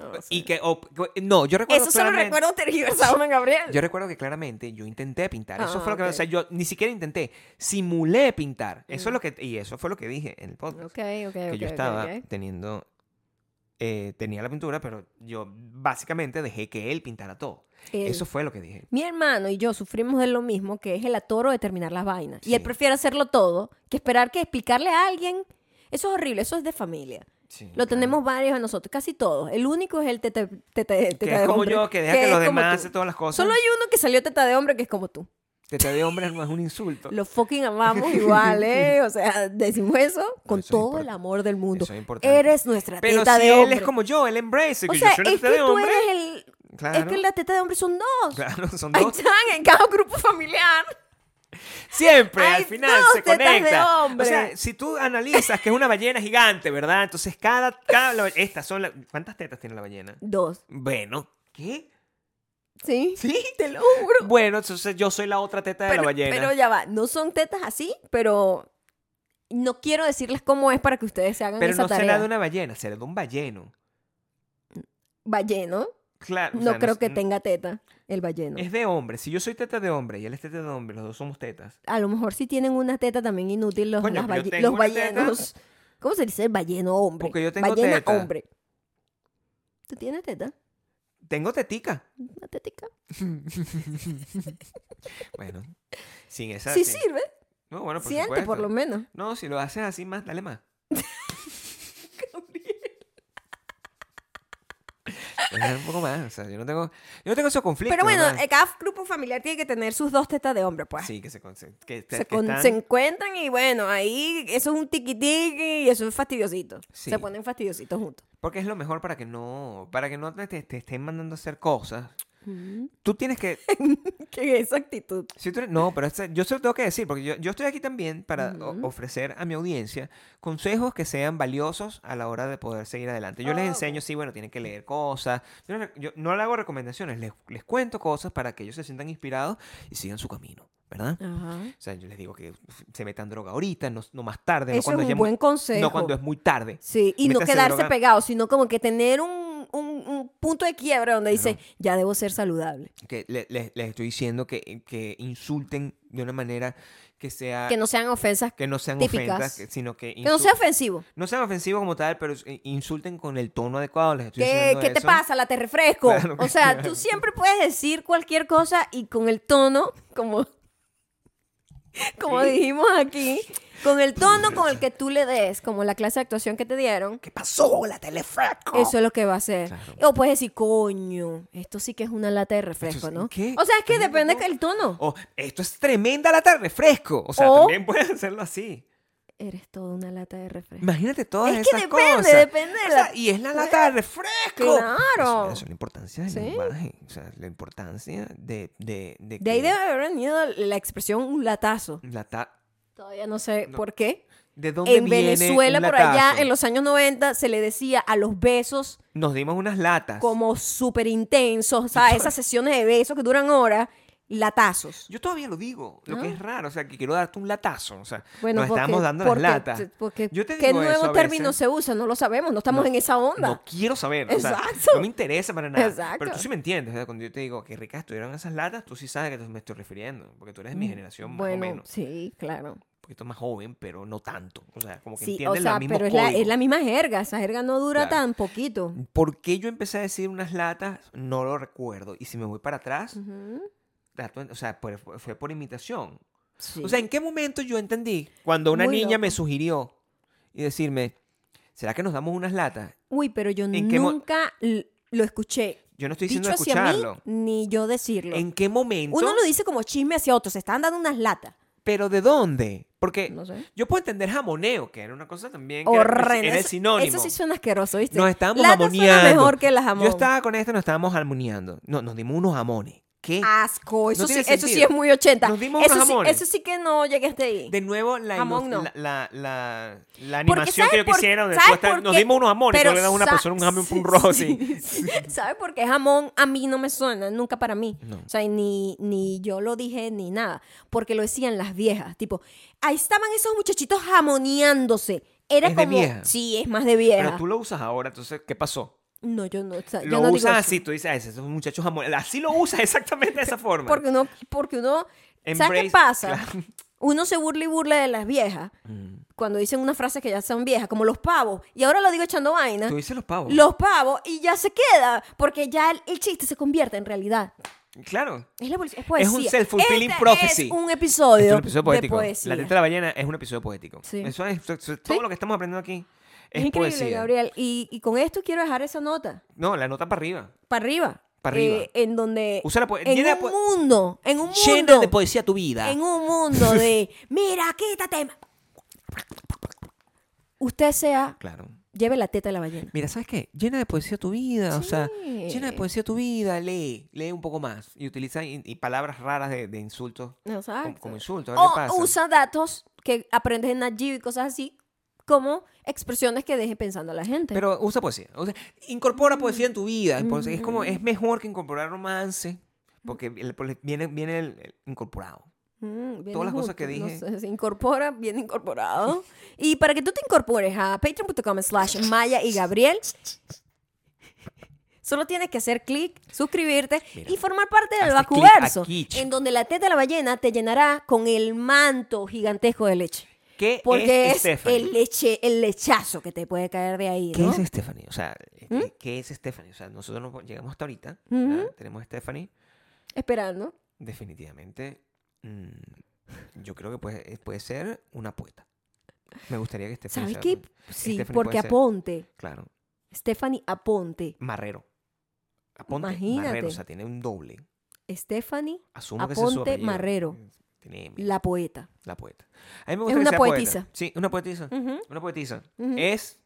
Oh, sí.
Y que. o- no, yo recuerdo.
Eso solo
claramente-
recuerdo tergiversado, Juan Gabriel.
Yo recuerdo que claramente yo intenté pintar. Eso
Ah,
fue lo que.
ok.
O sea, yo ni siquiera intenté. Simulé pintar. Eso es lo que. Y eso fue lo que dije en el podcast.
Mm. Ok, ok,
que
ok,
yo
ok,
estaba
ok.
teniendo. eh, tenía la pintura, pero yo básicamente dejé que él pintara todo.
Él.
Eso fue lo que dije.
Mi hermano y yo sufrimos de lo mismo, que es el atoro de terminar las vainas. Y él
Sí.
prefiere hacerlo todo que esperar que explicarle a alguien. Eso es horrible, eso es de familia. Lo tenemos varios de nosotros, casi todos. El único es el teta, teta- teta
Que
de
es como
hombre,
yo, que deja que,
es
los
como
demás
tú.
hacen todas las cosas.
Solo hay uno que salió teta de hombre que es como tú.
Que te dé hombre no es un insulto.
Lo fucking amamos igual, ¿eh? O sea, decimos eso con
Eso es
todo
import-
el amor del mundo.
eso es importante.
Eres nuestra
Pero
teta
si
de
él
hombre.
es como yo, él embrace.
o
que
sea,
yo soy una
es
teta
que
de
tú
hombre.
eres el... Es
Claro.
que la teta de hombre son dos.
Claro, <laughs> son
Ahí
dos.
están, en cada grupo familiar.
Siempre,
Hay
al final
dos
se
tetas de
conecta.
hombre.
O sea, si tú analizas que es una ballena gigante, ¿verdad? Entonces cada, cada la- estas son las ¿cuántas tetas tiene la ballena?
Dos.
Bueno, ¿qué?
¿Sí?
¿Sí?
Te lo juro.
Bueno, entonces yo soy la otra teta de la
Pero,
ballena.
pero ya va, no son tetas así, pero no quiero decirles cómo es para que ustedes se hagan
Pero
esa
no
tarea.
será de una ballena, será de un balleno.
Balleno,
Claro. o
no
sea,
creo
es-
que tenga teta el balleno.
Es de hombre. Si yo soy teta de hombre y él es teta de hombre, los dos somos tetas.
A lo mejor sí tienen una teta también inútil los,
Coño,
las
yo
balle-
tengo
los
una teta.
ballenos. ¿Cómo se dice balleno hombre?
Porque yo tengo
Ballena
teta.
hombre. ¿Tú tienes teta?
Tengo tetica.
¿Una tetica?
Bueno, sin esa.
sí
sin-
sirve,
No, bueno, por
siente
supuesto.
por lo
<laughs>
menos.
No, si lo haces así más, dale más. Dale un poco más. O sea, yo no tengo, yo no tengo esos conflictos.
Pero bueno,
¿verdad?
eh, cada grupo familiar tiene que tener sus dos tetas de hombre, pues.
sí, que se, con- se- que,
se,
que
con-
están-
se encuentran y bueno, ahí eso es un tiqui-tiqui y eso es fastidiosito.
Sí.
Se ponen fastidiositos juntos. <laughs>
Porque es lo mejor para que no, para que no te, te- te estén mandando a hacer cosas. Tú tienes que.
¿Qué es esa actitud?
si tú eres- no, pero este- yo se lo tengo que decir, porque yo, yo estoy aquí también para o- ofrecer a mi audiencia consejos que sean valiosos a la hora de poder seguir adelante. Yo les
Ah,
enseño, sí, bueno, tienen que leer cosas. Yo, no le- yo no le hago recomendaciones, les, les cuento cosas para que ellos se sientan inspirados y sigan su camino,
Ah.
¿verdad?
Ajá.
O sea, yo les digo que uf, se metan droga ahorita, no, no más tarde, no
Eso
cuando,
es
ya
un
mu-
buen consejo.
no cuando es muy tarde.
Sí, y no
Métase
quedarse
droga.
pegado, sino como que tener un, un- un punto de quiebre donde dice,
Claro.
ya debo ser saludable.
Que le- le- les estoy diciendo que, que insulten de una manera que sea...
Que no sean ofensas, que,
que no sean
típicas.
ofensas, que- sino que...
no
insul-
sea ofensivo.
No sean ofensivos como tal, pero eh, insulten con el tono adecuado. Les estoy
¿Qué,
diciendo
¿qué te
eso.
pasa? La te refresco.
Claro,
o sea,
claro.
tú siempre puedes decir cualquier cosa y con el tono, como, <laughs> como dijimos aquí, con el tono con el que tú le des, como la clase de actuación que te dieron,
¿Qué pasó? La telefresco.
eso es lo que va a ser.
Oh. Claro.
O puedes decir, coño, esto sí que es una lata de refresco,
es-
¿no?
¿qué?
O sea, es que
¿Cómo?
depende del tono.
O, esto es tremenda lata de refresco. O sea,
O-
también pueden hacerlo así.
Eres toda una lata de refresco.
Imagínate todas
Es que
esas
depende,
cosas.
depende de
O sea,
la- Pues,
y es la lata de refresco.
Claro.
Eso, eso es la importancia del
Sí.
lenguaje. O sea, la importancia de... De, de
De ahí
que
debe haber venido la expresión un latazo.
lata-
Todavía no sé
No.
por qué.
¿De dónde
En
viene
Venezuela,
un
por allá,
latazo?
en los años 90, se le decía a los besos
Nos dimos unas latas.
como súper intensos, o sea, esas sesiones de besos que duran horas, latazos.
Yo todavía lo digo, lo que
Ah.
es raro, o sea, que quiero darte un latazo, o sea,
Bueno,
nos
porque-
estamos dando
porque-
las latas.
porque-
Yo te
¿Qué
digo eso
nuevo
a
término
veces.
se usa? No lo sabemos, no estamos
No,
en esa onda.
No quiero saber, o sea,
Exacto.
no me interesa para nada. Pero
Exacto.
tú sí me entiendes, o sea, cuando yo te digo que ricas estuvieron esas latas, tú sí sabes a que me estoy refiriendo, porque tú eres de mi generación más
Mm, bueno,
o menos,
sí, claro.
un poquito más joven, pero no tanto, o sea, como que
Sí, o
entiendes
sea,
la misma
pero es la, es la misma jerga, esa jerga no dura
Claro.
tan poquito.
¿Por qué yo empecé a decir unas latas? No lo recuerdo, y si me voy para atrás,
Ujú,
trato de- o sea, por- fue por imitación.
sí.
O sea, ¿en qué momento yo entendí? Cuando una
Muy
niña
loco.
me sugirió y decirme, ¿será que nos damos unas latas?
Uy, pero yo
¿en qué mo-
nunca l- lo escuché.
Yo no estoy diciendo
Dicho hacia mí,
escucharlo.
ni yo decirlo.
¿En qué momento?
Uno lo dice como chisme hacia otro, se están dando unas latas.
¿Pero de dónde? Porque
No sé.
yo puedo entender jamoneo, que era una cosa también que era, como si-
Horrendo.
era el
Eso-
sinónimo.
Eso sí suena asqueroso, ¿viste?
Nos estábamos
Lata suena
jamoneando.
mejor que las jamón.
Yo estaba con esto, nos estábamos jamoneando. No, nos dimos unos jamones. ¿Qué?
Asco, eso, sí,
tiene
eso sí
sentido.
es muy 80.
Nos dimos
eso,
unos
sí,
jamones.
eso sí que no llegaste ahí.
De nuevo, la,
Jamón
emo-
no.
la, la, la- la
Porque
animación
¿sabes
que yo
por-
quisiera, donde
¿sabes
tú estás-
por
nos
qué?
dimos unos amores,
Pero
pero le das a una
sa-
persona un jamón, un rojo
sí, sí.
así. <laughs>
¿Sabes por qué jamón a mí no me suena? Nunca para mí.
No.
O sea, y ni, ni yo lo dije ni nada. Porque lo decían las viejas. Tipo, ahí estaban esos muchachitos jamoneándose. Era
Es de
como.
vieja.
Sí, es más de vieja.
Pero tú lo usas ahora, entonces, ¿qué pasó?
No, yo no. o sea, yo
Lo
no digo
usas
eso.
así, tú dices, "Ah, esos son muchachos jamones. Así lo usas <laughs> exactamente de esa forma.
Porque uno. Porque uno ¿Sabes qué
Embrace-
pasa?
claro.
Uno se burla y burla de las viejas
Mm.
cuando dicen unas frases que ya son viejas, como los pavos. Y ahora lo digo echando vaina.
Tú dices los pavos.
Los pavos y ya se queda, porque ya el, el chiste se convierte en realidad.
Claro.
Es, la poe- es poesía.
un self-fulfilling
Este
prophecy.
Es un episodio,
es un episodio poético.
de poesía.
La teta de la ballena es un episodio poético.
Sí.
Eso es, eso es- todo
Sí.
lo que estamos aprendiendo aquí
es
es,
increíble,
poesía.
Gabriel. Y, y con esto quiero dejar esa nota
No, la nota para arriba.
para arriba.
Para arriba.
Eh, en donde.
Usa la poe-
en
llena de
un
poe-
mundo. En un
Llena
mundo.
de poesía tu vida.
en un mundo
<laughs>
de. Mira, quítate. Usted sea.
Claro.
Lleve la teta de la ballena.
Mira, ¿sabes qué? Llena de poesía tu vida, o sea, llena de
Sí.
poesía tu vida, lee, lee un poco más y utiliza in- y palabras raras de, de insultos como,
Exacto.
como insultos, a ver qué pasa.
O usa datos que aprendes en Najib y cosas así como expresiones que deje pensando a la gente.
Pero usa poesía, o sea, incorpora
Mm.
poesía en tu vida, pues, es como es mejor que incorporar romance porque el- porque viene viene el- el incorporado.
Mm, viene
todas las cosas que
junto, no
dije.
sé, se incorpora, bien incorporado. <laughs> y para que tú te incorpores a patreon.com slash maya y gabriel, solo tienes que hacer clic, suscribirte
Mira,
y formar parte del
hace
vacuverso,
clic aquí, chico.
en donde la teta de la ballena te llenará con el manto gigantesco de leche.
¿Qué
Porque
es,
es,
Stephanie?
el leche, el lechazo que te puede caer de ahí,
¿Qué
¿no?
es Stephanie? O sea, ¿qué- ¿qué es Stephanie? O sea, nosotros no po- llegamos hasta ahorita,
¿Mm? Ujú.
¿verdad? tenemos a Stephanie,
Esperando.
Definitivamente, mm, yo creo que puede, puede ser una poeta. Me gustaría que esté
¿Sabes qué? Sí,
Stephanie
porque
puede ser.
Aponte,
Claro.
Stephanie Aponte,
Marrero. Aponte
Imagínate.
Marrero, o sea, tiene un doble.
Stephanie,
Asumo que ese es su
Aponte
apellido.
Marrero.
Tiene M, la,
la poeta.
poeta. A mí me gusta que
una
sea poeta.
poetisa. Mm.
Sí, una poetisa.
Ujú,
Una poetisa.
ujú.
Es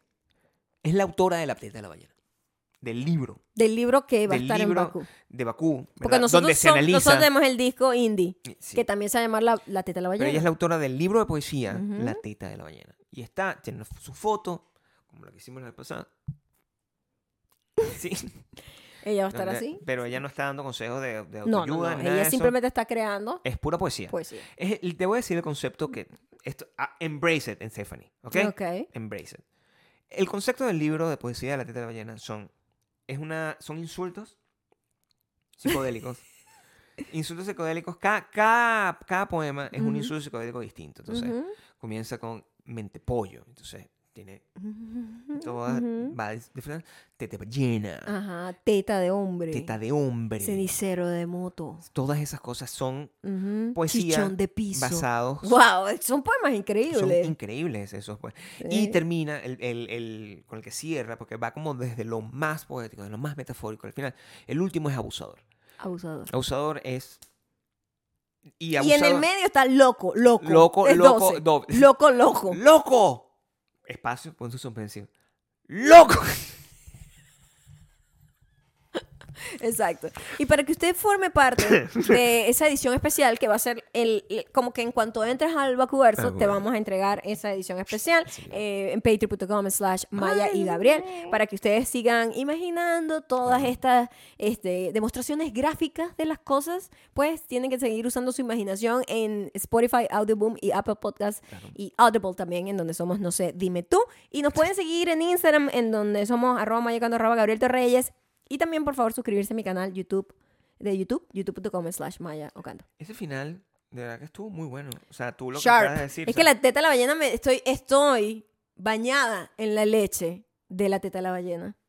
es la autora de La Teta de la Ballena. Del libro.
Del libro que va a
del
estar
libro
en Bakú.
De Bakú.
Porque
¿verdad? Donde
nosotros,
se
son-
analiza.
nosotros tenemos el disco indie,
Sí.
que también se va a llamar La, La Teta de la
Pero
Ballena.
ella es la autora del libro de poesía La
Ujú.
teta de la ballena. Y está, tiene una- su foto, como la que hicimos la vez pasada. Sí.
Ella <laughs> va a estar
donde-
así.
Pero ella no está dando consejos de, de
No,
autoayuda.
no, no.
ni nada de
Ella
eso.
simplemente Pues está creando
Es pura poesía.
poesía.
Es el- te voy a decir el concepto que... Esto, ah, embrace it, Stephanie. ¿Ok?
Ok.
Embrace it. El concepto del libro de poesía de La teta de la ballena son... Es una, son insultos
<laughs>
psicodélicos. insultos psicodélicos. Cada, cada, cada poema es un
Ujú.
insulto psicodélico distinto. Entonces
Ujú,
comienza con mentepollo. Entonces, tiene
ujú,
toda,
Mm, ujú. Ah,
va de- diferente. Tete llena,
Ajá, teta de hombre.
teta de hombre.
Cenicero de moto.
Todas esas cosas son
ujú,
Poesía
Chichón de piso.
basados.
Wow, son poemas
Son
increíbles. Eh,
increíbles esos. pues. Y
Sí.
termina el, el- el- con el que cierra, porque va como desde lo más poético, de lo más metafórico. Al final, el último es abusador.
Abusador.
Abusador es. Y,
Y en el
abusador-
medio está loco, loco. <laughs>
Loco,
Es
loco,
12.
doble.
Loco, loco.
¡Loco! Espacio, punto suspensivo.
<laughs>
¡Loco!
Exacto. Y para que usted forme parte de esa edición especial que va a ser el, el- como que en cuanto entres al Vacuverso,
Ah,
te
bueno.
vamos a entregar esa edición especial
Sí.
eh, en patreon.com slash maya y gabriel para que ustedes sigan imaginando todas estas este, demostraciones gráficas de las cosas. Pues tienen que seguir usando su imaginación en Spotify, Audioboom y Apple Podcasts y Audible también, en donde somos, no sé, dime tú. Y nos pueden seguir en Instagram, en donde somos arroba mayacando arroba Gabriel Torreyes. Y también, por favor, suscribirse a mi canal YouTube de YouTube, youtube.com slash maya ocando.
Ese final, de verdad que estuvo muy bueno. O sea, tú lo que
Sharp.
acabas de decir.
es
o
que
sea,
la teta de la ballena me estoy, estoy bañada en la leche de la teta de la ballena.